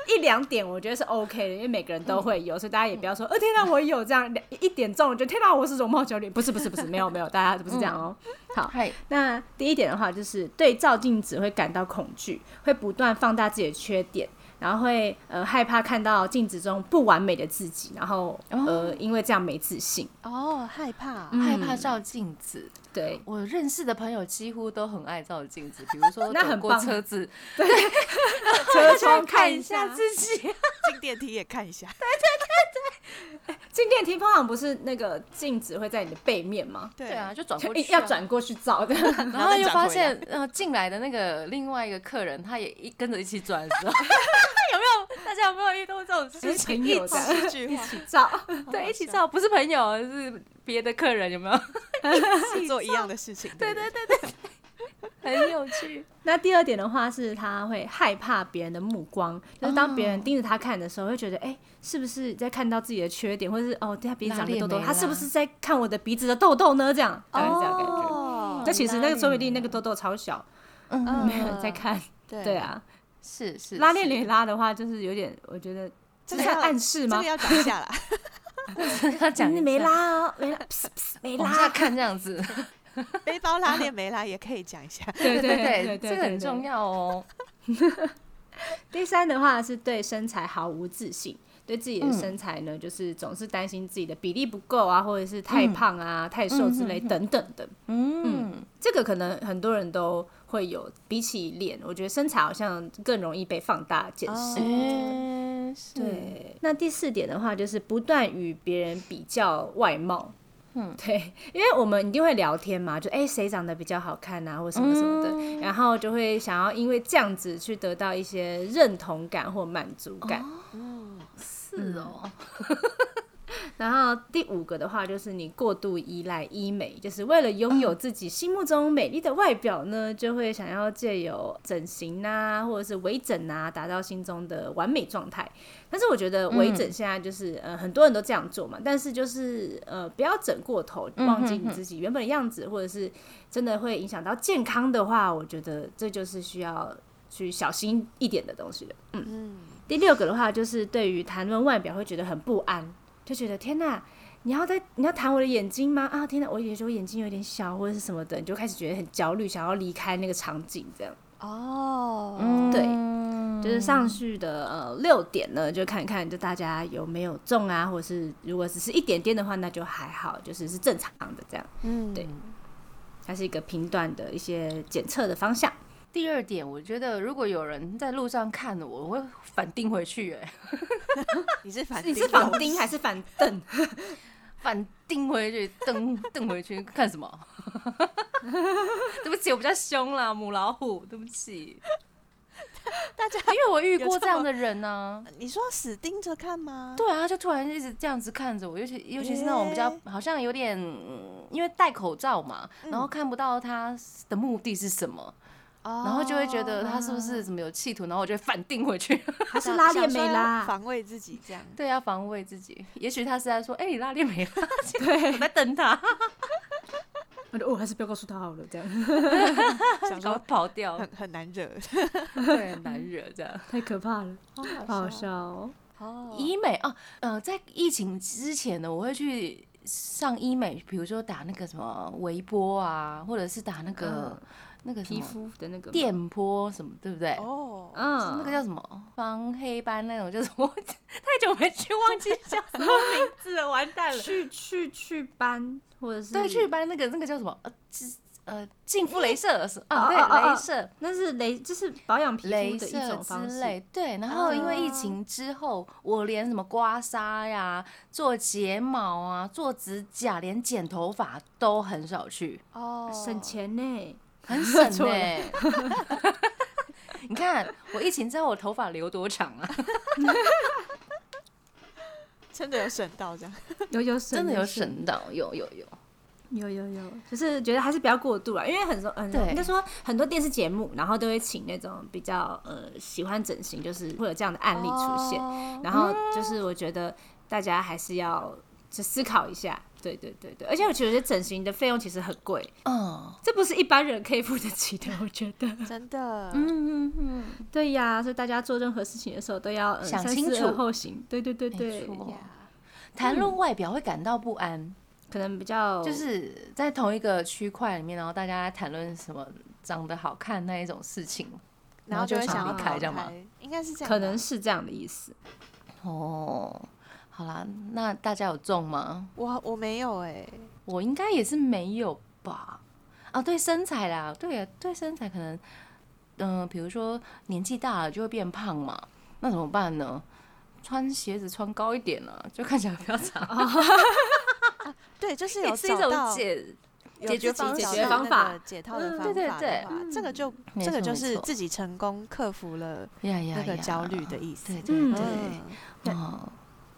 [SPEAKER 4] 一两点我觉得是 OK 的，因为每个人都
[SPEAKER 1] 嗯
[SPEAKER 4] 会有，所以大家也不要说，呃，天哪，我也有这样，两一点中了就天哪，我是容貌焦虑，不是不是不是，没有没有，大家不是这样哦。
[SPEAKER 1] 嗯
[SPEAKER 4] 好，
[SPEAKER 1] 嗨，
[SPEAKER 4] 那第一点的话就是对照镜子会感到恐惧，会不断放大自己的缺点。然后会呃害怕看到镜子中不完美的自己，然后呃因为这样没自信，
[SPEAKER 2] 哦，害怕
[SPEAKER 1] 害怕啊照镜子，
[SPEAKER 4] 对，
[SPEAKER 1] 我认识的朋友几乎都很爱照镜子，比如说
[SPEAKER 4] 那
[SPEAKER 1] 走
[SPEAKER 4] 很
[SPEAKER 1] 过
[SPEAKER 4] 棒
[SPEAKER 1] 车子，
[SPEAKER 4] 车窗
[SPEAKER 1] 看
[SPEAKER 4] 看一
[SPEAKER 1] 下
[SPEAKER 4] 下
[SPEAKER 1] 自 己。
[SPEAKER 2] 进电梯也看一下。
[SPEAKER 4] 进电梯通常不是那个镜子会在你的背面吗？
[SPEAKER 2] 对
[SPEAKER 1] 对啊，，就转
[SPEAKER 4] 就
[SPEAKER 1] 过
[SPEAKER 4] 一
[SPEAKER 1] 去、
[SPEAKER 4] 要，转过去照的，
[SPEAKER 1] 然后
[SPEAKER 2] 再
[SPEAKER 1] 又
[SPEAKER 2] 转
[SPEAKER 1] 发
[SPEAKER 2] 回来
[SPEAKER 1] 现呃进来的那个另外一个客人，他也一跟着一起转的时 候，有没有？大家有没有遇到这种
[SPEAKER 4] 就
[SPEAKER 1] 事
[SPEAKER 4] 是
[SPEAKER 1] 情？
[SPEAKER 4] 朋友
[SPEAKER 1] 一
[SPEAKER 4] 这
[SPEAKER 1] 起
[SPEAKER 4] 样
[SPEAKER 2] 一句
[SPEAKER 4] 一
[SPEAKER 2] 话
[SPEAKER 4] 起照，
[SPEAKER 1] 对，一起照，不是朋友，是别的客人，有没有？
[SPEAKER 2] 是做一样的事情。对对对，
[SPEAKER 1] 很有趣。
[SPEAKER 4] 那第二点的话是，他会害怕别人的目光，就是当别人
[SPEAKER 1] 哦
[SPEAKER 4] 盯着他看的时候，会觉得，哎、是不是在看到自己的缺点，或者是哦，对他鼻子长
[SPEAKER 1] 哪
[SPEAKER 4] 个
[SPEAKER 1] 里
[SPEAKER 4] 痘痘，
[SPEAKER 1] 没
[SPEAKER 4] 他是不
[SPEAKER 1] 啦
[SPEAKER 4] 是在看我的鼻子的痘痘呢？这样，大概是这样的感觉。
[SPEAKER 2] 哦，
[SPEAKER 4] 那其实那个说不定那
[SPEAKER 1] 个
[SPEAKER 4] 个痘痘超小，
[SPEAKER 1] 嗯，
[SPEAKER 4] 没有人在看。对，啊，
[SPEAKER 1] 是是
[SPEAKER 4] 拉链里拉的话，就是有点，我觉得
[SPEAKER 2] 这
[SPEAKER 4] 这
[SPEAKER 2] 个
[SPEAKER 4] 是
[SPEAKER 2] 要
[SPEAKER 4] 在暗示
[SPEAKER 2] 这
[SPEAKER 4] 吗
[SPEAKER 2] 个？要讲一下啦。
[SPEAKER 1] 是他 讲一
[SPEAKER 4] 嗯没
[SPEAKER 1] 下，
[SPEAKER 4] 拉哦， 没拉，噗噗没
[SPEAKER 1] 往下
[SPEAKER 4] 拉。
[SPEAKER 1] 看这样子。
[SPEAKER 2] 背包拉链没拉也可以讲一下。
[SPEAKER 4] 对对对对，
[SPEAKER 1] 这个很重
[SPEAKER 4] 要。
[SPEAKER 1] 要 哦。
[SPEAKER 4] 第三的话是对身材毫无自信，对自己的身材呢，就是总是担心自己的比例不够啊，或者是太胖啊、太瘦之类等等的。
[SPEAKER 1] 嗯，
[SPEAKER 4] 这个可能很多人都会有，比起脸，我觉得身材好像更容易被放大检视。
[SPEAKER 1] 哦嗯，是，
[SPEAKER 4] 对，那第四点的话就是不断与别人比较外貌。嗯，对，因为我们一定会聊天嘛，就哎谁、长得比较好看啊，或什么什么的，然后就会想要因为这样子去得到一哦些认同感或满足感。
[SPEAKER 1] 是哦，
[SPEAKER 4] 然后第五个的话，就是你过度依赖医美，就是为了拥有自己心目中美丽的外表呢，就会想要借由整形啊，或者是微整啊，达到心中的完美状态。但是我觉得微整现在就是、呃很多人都这样做嘛，但是就是呃不要整过头，忘记你自己原本的样子，或者是真的会影响到健康的话，我觉得这就是需要去小心一点的东西了。嗯，第六个的话就是对于谈论外表会觉得很不安，就觉得天哪。你要在你要谈我的眼睛吗？啊，天哪，我也觉得我眼睛有点小或者是什么的，你就开始觉得很焦虑，想要离开那个场景这样。
[SPEAKER 2] 哦，
[SPEAKER 4] 对，
[SPEAKER 1] 嗯
[SPEAKER 4] 就是上去的呃六点呢，就看看就大家有没有中啊，或者是如果只是一点点的话，那就还好，就是是正常的这样。
[SPEAKER 2] 嗯，
[SPEAKER 4] 对它是一个评断的一些检测的方向。
[SPEAKER 1] 第二点，我觉得如果有人在路上看我，我会反钉回去、哎，
[SPEAKER 2] 你是反哦
[SPEAKER 4] 你是反钉还
[SPEAKER 2] 是
[SPEAKER 4] 是反 瞪？
[SPEAKER 1] 反钉回去，瞪瞪回去，看什么？ 对不起，我比较凶啦，母老虎，对不起，
[SPEAKER 2] 大家？
[SPEAKER 1] 因为我遇
[SPEAKER 2] 有
[SPEAKER 1] 过
[SPEAKER 2] 这
[SPEAKER 1] 这样
[SPEAKER 2] 么
[SPEAKER 1] 的人啊呢、
[SPEAKER 2] 你说死盯着看吗？
[SPEAKER 1] 对啊，他就突然一直这样子看着我，尤其尤其是那种比较好像有点，嗯因为戴口罩嘛，然后看不到他的目的是什么，
[SPEAKER 2] 哦，
[SPEAKER 1] 然后就会觉得他是不是怎么有企图，然后我就会反定回去。
[SPEAKER 4] 还啊是拉链没
[SPEAKER 2] 想说要
[SPEAKER 4] 拉？
[SPEAKER 2] 防卫自己这样。
[SPEAKER 1] 对，要防卫自己。也许他是在说：“哎、你拉链没拉？”对，我在等他，
[SPEAKER 4] 我就哦，还是不要告诉他好了，这样
[SPEAKER 2] 想
[SPEAKER 1] 然后
[SPEAKER 2] 说
[SPEAKER 1] 跑掉
[SPEAKER 2] 很，很难惹，
[SPEAKER 1] 对，很难惹这样。
[SPEAKER 4] 太可怕了，
[SPEAKER 2] 好
[SPEAKER 4] 好笑哦。
[SPEAKER 2] 哦
[SPEAKER 1] 医美哦，呃，在疫情之前呢，我会去上医美，比如说打那个什么微波啊，或者是打那个、那个什么
[SPEAKER 4] 皮肤的那个吗，
[SPEAKER 1] 电波什么，对不对？
[SPEAKER 2] 哦，
[SPEAKER 4] 嗯，
[SPEAKER 1] 那个叫什么防黑斑那种，就是 我太久没去，忘 记叫什么名字了，完蛋了。
[SPEAKER 4] 去去去斑，或者是
[SPEAKER 1] 对，祛斑那个那个叫什么？呃，是呃，净肤镭射是啊，
[SPEAKER 4] 哦
[SPEAKER 1] 对，
[SPEAKER 4] 哦哦哦
[SPEAKER 1] 镭射。
[SPEAKER 4] 那是雷，就是保养皮肤的
[SPEAKER 1] 镭
[SPEAKER 4] 一
[SPEAKER 1] 射
[SPEAKER 4] 种方
[SPEAKER 1] 之
[SPEAKER 4] 式。
[SPEAKER 1] 类，对。然后因为疫
[SPEAKER 2] 啊
[SPEAKER 1] 情之后，我连什么刮痧呀、做睫毛啊、做指甲，连剪头发都很少去，
[SPEAKER 2] 哦，
[SPEAKER 4] 省钱 呢，
[SPEAKER 1] 很省
[SPEAKER 4] 错
[SPEAKER 1] 呢、
[SPEAKER 4] 了
[SPEAKER 1] 你看我疫情之后，我头发留多长啊？
[SPEAKER 2] 真的有省到这样。
[SPEAKER 4] 有有省，
[SPEAKER 1] 真的有省到，有有有。
[SPEAKER 4] 有有有，就是觉得还是不要过度啦，因为很多很多
[SPEAKER 1] 对
[SPEAKER 4] 应该说很多电视节目，然后都会请那种比较呃喜欢整形，就是会有这样的案例出现。
[SPEAKER 1] 哦
[SPEAKER 2] 现，
[SPEAKER 4] 然后就是我觉得大家还是要就思考一下，对对对对，而且我觉得整形的费用其实很贵，
[SPEAKER 1] 嗯
[SPEAKER 4] 这不是一般人可以付得起的，我觉得。
[SPEAKER 2] 真的，
[SPEAKER 1] 嗯嗯嗯，
[SPEAKER 4] 对呀，所以大家做任何事情的时候都要、呃、
[SPEAKER 1] 想
[SPEAKER 4] 三
[SPEAKER 1] 清
[SPEAKER 4] 思
[SPEAKER 1] 楚
[SPEAKER 4] 而后行，对对对
[SPEAKER 1] 没
[SPEAKER 4] 对，
[SPEAKER 1] 错。谈
[SPEAKER 4] 嗯
[SPEAKER 1] 论外表会感到不安，
[SPEAKER 4] 可能比较
[SPEAKER 1] 就是在同一个区块里面，然后大家谈论什么长得好看那一种事情。
[SPEAKER 2] 然后就会
[SPEAKER 1] 然后就想
[SPEAKER 2] 想要
[SPEAKER 1] 离开
[SPEAKER 2] 逃
[SPEAKER 1] 这样吗
[SPEAKER 2] 开？应该是这样吧，
[SPEAKER 4] 可能是这样的意思。
[SPEAKER 1] 哦，好啦，那大家有中吗？
[SPEAKER 2] 我我没有哎，
[SPEAKER 1] 我应该也是没有吧？啊，对身材啦，对啊，对身材可能，嗯、比如说年纪大了就会变胖嘛，那怎么办呢？穿鞋子穿高一点啊，就看起来比较长，
[SPEAKER 2] 对，就是
[SPEAKER 1] 也
[SPEAKER 2] 有
[SPEAKER 1] 是一
[SPEAKER 2] 找
[SPEAKER 1] 种
[SPEAKER 2] 到
[SPEAKER 1] 解
[SPEAKER 2] 有
[SPEAKER 1] 解决
[SPEAKER 2] 自己
[SPEAKER 1] 方
[SPEAKER 2] 解
[SPEAKER 4] 式
[SPEAKER 2] 决
[SPEAKER 4] 方法
[SPEAKER 2] 解套的
[SPEAKER 1] 嗯
[SPEAKER 2] 方法
[SPEAKER 1] 对
[SPEAKER 2] 的
[SPEAKER 1] 对
[SPEAKER 2] 话这个就
[SPEAKER 1] 没
[SPEAKER 2] 这个
[SPEAKER 1] 错
[SPEAKER 2] 就
[SPEAKER 1] 没
[SPEAKER 2] 是
[SPEAKER 1] 错
[SPEAKER 2] 自己成功克服了
[SPEAKER 1] 呀呀
[SPEAKER 2] 那个
[SPEAKER 1] 呀
[SPEAKER 2] 焦虑的意思
[SPEAKER 1] 对。对
[SPEAKER 4] 嗯
[SPEAKER 1] 对，
[SPEAKER 2] 嗯
[SPEAKER 1] 哦，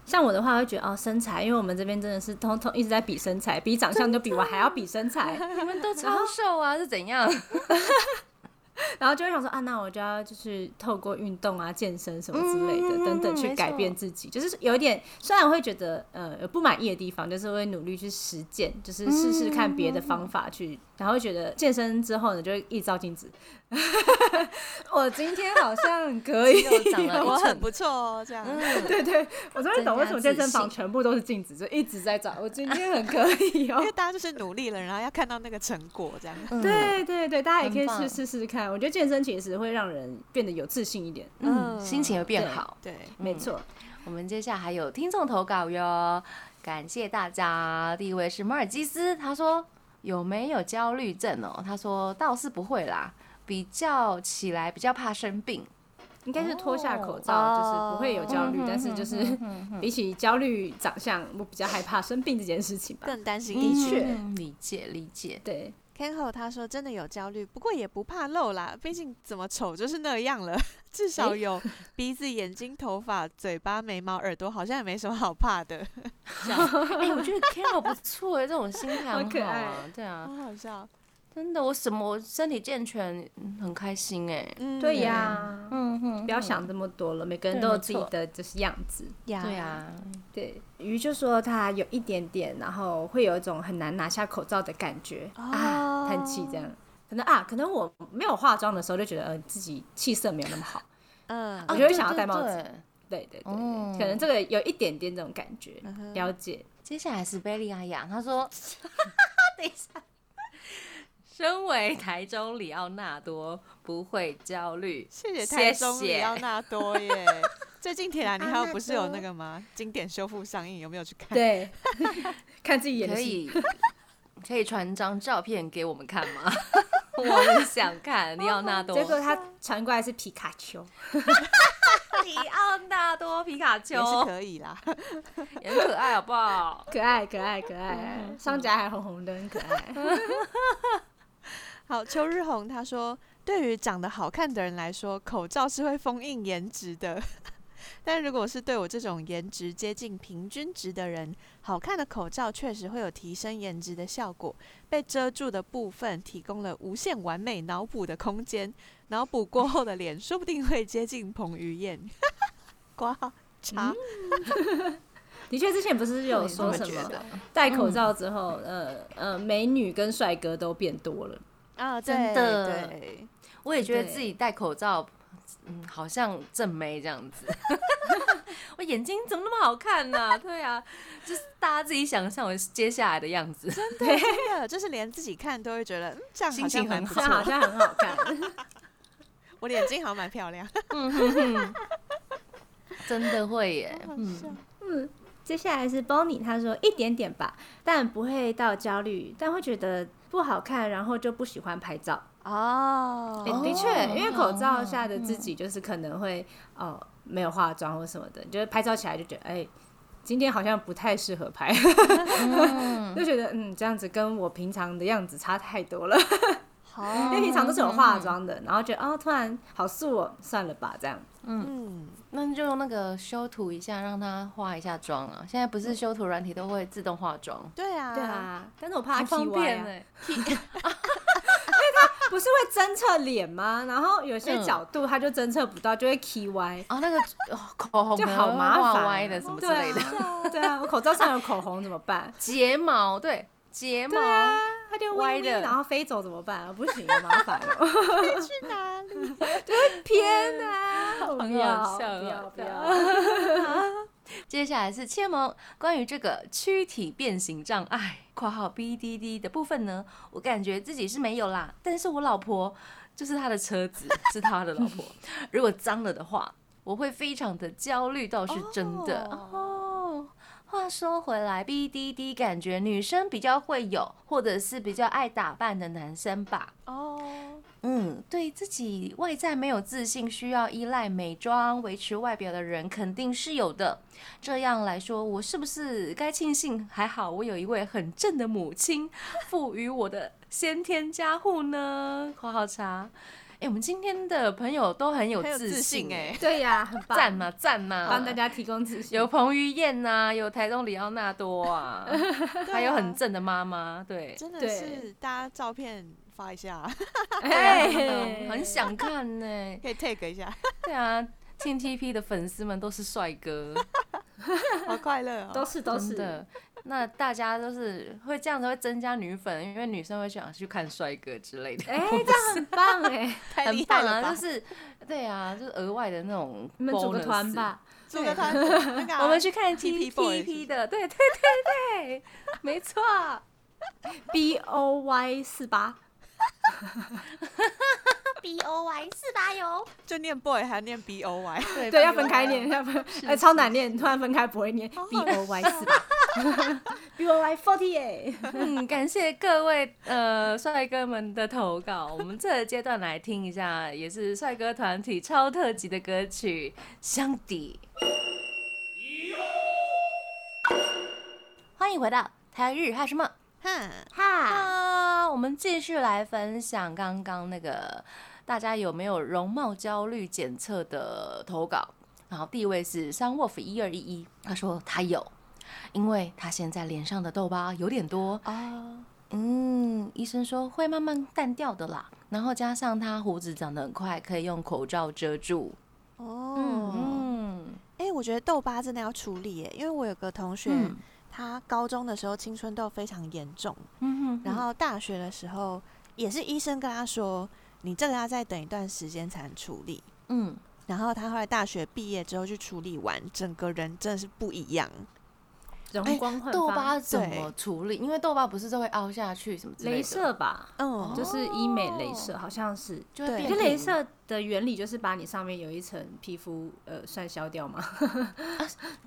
[SPEAKER 4] 像我的话，会觉得哦，身材，因为我们这边真的是通通一直在比身材，比长相就比我还要比身材，
[SPEAKER 1] 你们都超瘦啊，是怎 样？
[SPEAKER 4] 然后就会想说啊，那我就要就是透过运动啊、健身什么之类的、
[SPEAKER 1] 嗯
[SPEAKER 4] 等等去
[SPEAKER 1] 没
[SPEAKER 4] 改变
[SPEAKER 1] 错，
[SPEAKER 4] 自己，就是有一点，虽然会觉得呃有不满意的地方，就是会努力去实践，就是试试看别的方法去，然后会觉得健身之后呢，就会一照镜子， 我今天好像可以
[SPEAKER 1] 又长了一
[SPEAKER 2] 我很
[SPEAKER 1] 寸，
[SPEAKER 2] 不错哦，这样
[SPEAKER 1] 嗯，
[SPEAKER 4] 对对，我终于懂为什么健身
[SPEAKER 1] 增加
[SPEAKER 4] 房
[SPEAKER 1] 自信
[SPEAKER 4] 全部都是镜子，就一直在照，我今天很可以哦
[SPEAKER 2] 因为。大家就是努力了，然后要看到那个成果，这样。
[SPEAKER 1] 嗯，
[SPEAKER 4] 对对对，大家也可
[SPEAKER 1] 很
[SPEAKER 4] 以
[SPEAKER 1] 棒
[SPEAKER 4] 去试试看。我觉得健身其实会让人变得有自信一点。
[SPEAKER 1] 嗯，心情会变
[SPEAKER 4] 对
[SPEAKER 1] 好。
[SPEAKER 2] 对，
[SPEAKER 1] 嗯
[SPEAKER 4] 没错，
[SPEAKER 1] 我们接下来还有听众投稿哟，感谢大家。第一位是马尔基斯，他说有没有焦虑症哦？他说倒是不会啦，比较起来比较怕生病。
[SPEAKER 4] 应该是脱下口罩，
[SPEAKER 2] 哦
[SPEAKER 4] 就是不会有焦虑，
[SPEAKER 1] 嗯
[SPEAKER 4] 但是就是 比起焦虑长相，我比较害怕生病这件事情吧。
[SPEAKER 1] 嗯
[SPEAKER 2] 更担心
[SPEAKER 4] 嗯
[SPEAKER 1] 的
[SPEAKER 2] 疫情
[SPEAKER 4] 确
[SPEAKER 1] 理解理解。
[SPEAKER 4] 对，
[SPEAKER 2] Kenho 他说真的有焦虑，不过也不怕露啦，毕竟怎么丑就是那样了， 至少有鼻子、眼睛、头发、嘴巴、眉毛、耳朵，好像也没什么好怕的，
[SPEAKER 1] 哎、我觉得 Carol 不错哎、这种心态很
[SPEAKER 4] 好可
[SPEAKER 1] 好
[SPEAKER 4] 爱
[SPEAKER 1] 啊，对啊
[SPEAKER 2] 好，好笑。
[SPEAKER 1] 真的，我什么我身体健全，嗯很开心哎、
[SPEAKER 2] 嗯，
[SPEAKER 4] 对呀、
[SPEAKER 1] 嗯哼
[SPEAKER 4] 不要想这么多了，每个人
[SPEAKER 1] 对
[SPEAKER 4] 都有
[SPEAKER 1] 没
[SPEAKER 4] 自己
[SPEAKER 1] 错
[SPEAKER 4] 的就是样子。
[SPEAKER 2] 呀，
[SPEAKER 1] 对啊，
[SPEAKER 4] 对，鱼就说他有一点点，然后会有一种很难拿下口罩的感觉、啊，叹气这样。可能啊，可能我没有化妆的时候就觉得，呃，自己气色没有那么好。
[SPEAKER 2] 嗯，
[SPEAKER 4] 我
[SPEAKER 1] 啊
[SPEAKER 4] 就会
[SPEAKER 1] 对
[SPEAKER 4] 想要
[SPEAKER 1] 对
[SPEAKER 4] 戴帽子
[SPEAKER 1] 对
[SPEAKER 4] 对对对对
[SPEAKER 1] 哦
[SPEAKER 4] 可能这个有一点点这种感觉，
[SPEAKER 2] 嗯哼
[SPEAKER 4] 了解。
[SPEAKER 1] 接下来是贝利亚雅，他说：“ 等一下，身为台中里奥纳多，不会焦虑。
[SPEAKER 2] 谢谢
[SPEAKER 1] 谢
[SPEAKER 2] 台中里
[SPEAKER 1] 谢
[SPEAKER 2] 奥纳多耶。最近《铁达尼号》不是有那个吗？经典修复上映，有没有去看？
[SPEAKER 4] 对， 看自己演
[SPEAKER 1] 可
[SPEAKER 4] 戏。
[SPEAKER 1] 以可以传张照片给我们看吗？我们想看里奥纳多，
[SPEAKER 4] 结果他传过来是皮卡丘，
[SPEAKER 1] 里奥纳多皮卡丘
[SPEAKER 2] 也是可以啦。
[SPEAKER 1] 也很可爱，好不好？
[SPEAKER 4] 可爱可爱可爱，双颊还红红的，很可 爱。
[SPEAKER 2] 好，邱日红他说，对于长得好看的人来说，口罩是会封印颜值的。 但如果是对我这种颜值接近平均值的人，好看的口罩确实会有提升颜值的效果。被遮住的部分提供了无限完美脑补的空间，脑补过后的脸说不定会接近彭于晏。 挂
[SPEAKER 1] 嗯
[SPEAKER 2] 号查，
[SPEAKER 4] 的确，之前不是有
[SPEAKER 1] 我
[SPEAKER 4] 说
[SPEAKER 1] 也这
[SPEAKER 4] 什
[SPEAKER 1] 么觉
[SPEAKER 4] 么
[SPEAKER 1] 得
[SPEAKER 4] 戴口罩之后，呃呃，美女跟帅哥都变多了。
[SPEAKER 2] 啊，
[SPEAKER 1] 真
[SPEAKER 2] 对
[SPEAKER 1] 的
[SPEAKER 2] 对，
[SPEAKER 1] 我也觉得自己戴口罩，嗯，好像正妹这样子。 我眼睛怎么那么好看呢、对啊，就是大家自己想象我接下来的样子。
[SPEAKER 2] 真的就是连自己看都会觉得，嗯，这样好
[SPEAKER 1] 心
[SPEAKER 2] 像
[SPEAKER 1] 情
[SPEAKER 2] 蛮
[SPEAKER 1] 很
[SPEAKER 2] 不
[SPEAKER 4] 这
[SPEAKER 2] 错
[SPEAKER 4] 样
[SPEAKER 2] 的，
[SPEAKER 4] 好像很好看，
[SPEAKER 2] 我的眼睛好像蛮漂亮。
[SPEAKER 1] 真的会耶，
[SPEAKER 2] 好
[SPEAKER 1] 嗯，
[SPEAKER 2] 笑
[SPEAKER 4] 嗯， 接下来是 Bonnie，他说一点点吧，但不会到焦虑，但会觉得不好看，然后就不喜欢拍照。
[SPEAKER 2] 哦
[SPEAKER 4] 欸
[SPEAKER 1] 哦
[SPEAKER 4] 的确，因为口罩下的自
[SPEAKER 1] 嗯
[SPEAKER 4] 己就是可能会哦、没有化妆或什么的，就是拍照起来就觉得哎、今天好像不太适合拍， 就觉得嗯这样子跟我平常的样子差太多了，
[SPEAKER 1] 哦
[SPEAKER 2] 好，
[SPEAKER 4] 因为平常都是有
[SPEAKER 1] 嗯
[SPEAKER 4] 化妆的，然后觉得哦突然好素哦，算了吧这样。
[SPEAKER 2] 嗯，
[SPEAKER 1] 那就用那个修图一下，让它化一下妆啊。现在不是修图软体都会自动化妆，
[SPEAKER 2] 对啊，
[SPEAKER 4] 对，啊，但是我怕他
[SPEAKER 1] 很
[SPEAKER 4] K
[SPEAKER 1] 方
[SPEAKER 4] Y
[SPEAKER 1] 便
[SPEAKER 4] 啊，
[SPEAKER 1] 哎。
[SPEAKER 4] 欸不是会侦测脸吗？然后有些
[SPEAKER 1] 嗯
[SPEAKER 4] 角度他就侦测不到，就会 K Y。
[SPEAKER 1] 啊，那个哦口红
[SPEAKER 4] 就
[SPEAKER 1] 可能
[SPEAKER 4] 好麻
[SPEAKER 1] 画
[SPEAKER 4] 烦啊、
[SPEAKER 1] 歪的什么之类的，
[SPEAKER 4] 对啊。对啊，我口罩上有口红怎么办？
[SPEAKER 1] 睫毛对睫毛
[SPEAKER 4] 对啊，它就
[SPEAKER 1] 歪
[SPEAKER 4] 歪的，
[SPEAKER 1] 的
[SPEAKER 4] 然后飞走怎么办、啊？不行，麻烦 哦了，
[SPEAKER 2] 去哪里？
[SPEAKER 4] 偏啊，不要，
[SPEAKER 1] 好笑啊
[SPEAKER 4] 不要，
[SPEAKER 1] 好
[SPEAKER 4] 不要，
[SPEAKER 1] 接下来是切萌关于这个躯体变形障碍（括号 BDD） 的部分呢，我感觉自己是没有啦，但是我老婆就是她的车子是她的老婆，如果脏了的话，我会非常的焦虑，倒是真的哦。话说回来，BDD 感觉女生比较会有，或者是比较爱打扮的男生吧。
[SPEAKER 2] 哦，
[SPEAKER 1] 嗯，对自己外在没有自信，需要依赖美妆维持外表的人肯定是有的。这样来说，我是不是该庆幸还好我有一位很正的母亲赋予我的先天加护呢？括号茶，哎、我们今天的朋友都很有
[SPEAKER 2] 很有
[SPEAKER 1] 自
[SPEAKER 2] 自
[SPEAKER 1] 信
[SPEAKER 2] 信哎，
[SPEAKER 4] 对呀、很棒，
[SPEAKER 1] 赞嘛赞嘛，
[SPEAKER 4] 帮大家提供自信。
[SPEAKER 1] 有彭于晏呐、有台中里奥纳多啊，还有很正的妈妈，对，
[SPEAKER 2] 啊真的啊
[SPEAKER 4] 对
[SPEAKER 2] 是大家照片发一下，
[SPEAKER 4] 哎
[SPEAKER 1] 很想看呢、
[SPEAKER 2] 可以 tag 一下，
[SPEAKER 1] 对啊，T T P 的粉丝们都是帅哥，
[SPEAKER 2] 好快乐
[SPEAKER 4] 都
[SPEAKER 2] 哦。
[SPEAKER 4] 是都
[SPEAKER 1] 真
[SPEAKER 4] 是，
[SPEAKER 1] 的。那大家都是会这样子，会增加女粉，因为女生会想去看帅哥之类的。
[SPEAKER 4] 哎、这样很棒哎、
[SPEAKER 2] 太
[SPEAKER 1] 很
[SPEAKER 2] 厉
[SPEAKER 1] 棒
[SPEAKER 2] 害
[SPEAKER 1] 啊！
[SPEAKER 2] 了
[SPEAKER 1] 就
[SPEAKER 2] 吧！
[SPEAKER 1] 是对啊，就是额外的那种 bonus。
[SPEAKER 4] 你们组个团吧，
[SPEAKER 2] 组个团，那 个啊
[SPEAKER 1] 我们去看 T
[SPEAKER 2] TP
[SPEAKER 1] T
[SPEAKER 2] boy
[SPEAKER 1] P 的，对对对对， 没错。
[SPEAKER 4] ，B O Y 四八，
[SPEAKER 3] B O Y 四八哟，
[SPEAKER 2] 就念 boy 还要念 b o y，
[SPEAKER 1] 对
[SPEAKER 4] 对，要分开念，要分，哎，超难念，突然分开不会念，B
[SPEAKER 1] 哦
[SPEAKER 4] O Y 四八 ，B O Y forty eight。
[SPEAKER 1] 嗯，感谢各位呃帅哥们的投稿。我们这个阶段来听一下，也是帅哥团体超特辑的歌曲《香底》。欢迎回到台日哈什么
[SPEAKER 2] 哈，嗯
[SPEAKER 3] 哈，
[SPEAKER 1] 啊！我们继续来分享刚刚那个大家有没有容貌焦虑检测的投稿。然后第一位是 Sunwolf 一二一一，他说他有，因为他现在脸上的痘疤有点多，
[SPEAKER 2] 哦，
[SPEAKER 1] 嗯，医生说会慢慢淡掉的啦。然后加上他胡子长得很快，可以用口罩遮住。
[SPEAKER 2] 嗯哦，
[SPEAKER 1] 嗯，
[SPEAKER 2] 哎、我觉得痘疤真的要处理耶，因为我有个同学，
[SPEAKER 1] 嗯
[SPEAKER 2] 他高中的时候青春痘非常严重，
[SPEAKER 1] 嗯
[SPEAKER 2] 然后大学的时候也是医生跟他说，你这个要再等一段时间才能处理。
[SPEAKER 1] 嗯，
[SPEAKER 2] 然后他后来大学毕业之后去处理完，整个人真的是不一样。
[SPEAKER 4] 容光焕发。
[SPEAKER 1] 痘疤怎么处理？因为痘疤不是都会凹下去什么之类的，
[SPEAKER 4] 镭射吧，
[SPEAKER 2] 嗯，
[SPEAKER 4] 就是医美镭射，好像是。
[SPEAKER 1] 就会
[SPEAKER 2] 对
[SPEAKER 4] 我
[SPEAKER 1] 变
[SPEAKER 4] 觉得
[SPEAKER 1] 平
[SPEAKER 4] 镭射的原理就是把你上面有一层皮肤，呃，算削掉吗？ 啊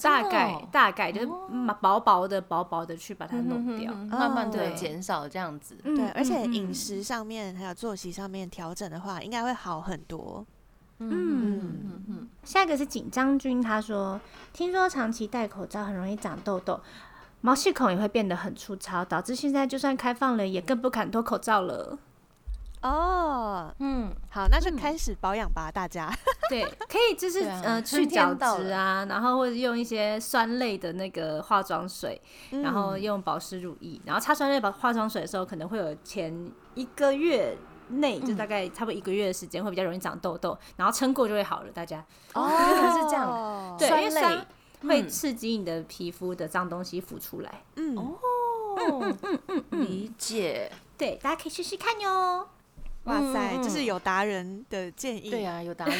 [SPEAKER 4] 大概大概就是嗯薄薄的薄薄的去把它弄掉。
[SPEAKER 1] 嗯哼哼哼慢慢的
[SPEAKER 4] 对
[SPEAKER 1] 减少这样子。
[SPEAKER 4] 嗯
[SPEAKER 2] 对，而且
[SPEAKER 4] 嗯
[SPEAKER 2] 饮食上面还有作息上面调整的话，应该会好很多。
[SPEAKER 4] 嗯
[SPEAKER 1] 嗯嗯嗯，
[SPEAKER 4] 下一个是紧张君，他说：“听说长期戴口罩很容易长痘痘，毛细孔也会变得很粗糙，导致现在就算开放了，也更不敢脱口罩了。
[SPEAKER 2] 哦，
[SPEAKER 1] 嗯，
[SPEAKER 2] 好，那就开始保养吧，大家。
[SPEAKER 4] 对，可以就是、
[SPEAKER 1] 对啊
[SPEAKER 4] 呃
[SPEAKER 1] 春
[SPEAKER 4] 去
[SPEAKER 1] 天
[SPEAKER 4] 角
[SPEAKER 1] 到
[SPEAKER 4] 质啊，然后或者用一些酸类的那个化妆水，然
[SPEAKER 1] 嗯
[SPEAKER 4] 后用保湿乳液，然后擦酸类保化妆水的时候，可能会有前一个月。”内
[SPEAKER 1] 嗯
[SPEAKER 4] 就大概差不多一个月的时间会比较容易长痘痘，然后撑过就会好了。大家
[SPEAKER 1] 哦，原来是这样。
[SPEAKER 2] 样
[SPEAKER 4] 对，因为
[SPEAKER 1] 酸
[SPEAKER 4] 酸
[SPEAKER 1] 类
[SPEAKER 4] 会
[SPEAKER 1] 嗯
[SPEAKER 4] 刺激你的皮肤的脏东西浮出来。
[SPEAKER 2] 嗯，
[SPEAKER 1] 嗯嗯嗯嗯，理解。
[SPEAKER 4] 对，大家可以试试看 哟。
[SPEAKER 2] 哇塞，
[SPEAKER 1] 嗯
[SPEAKER 2] 这是有达人的建议，
[SPEAKER 1] 对呀，有答 案。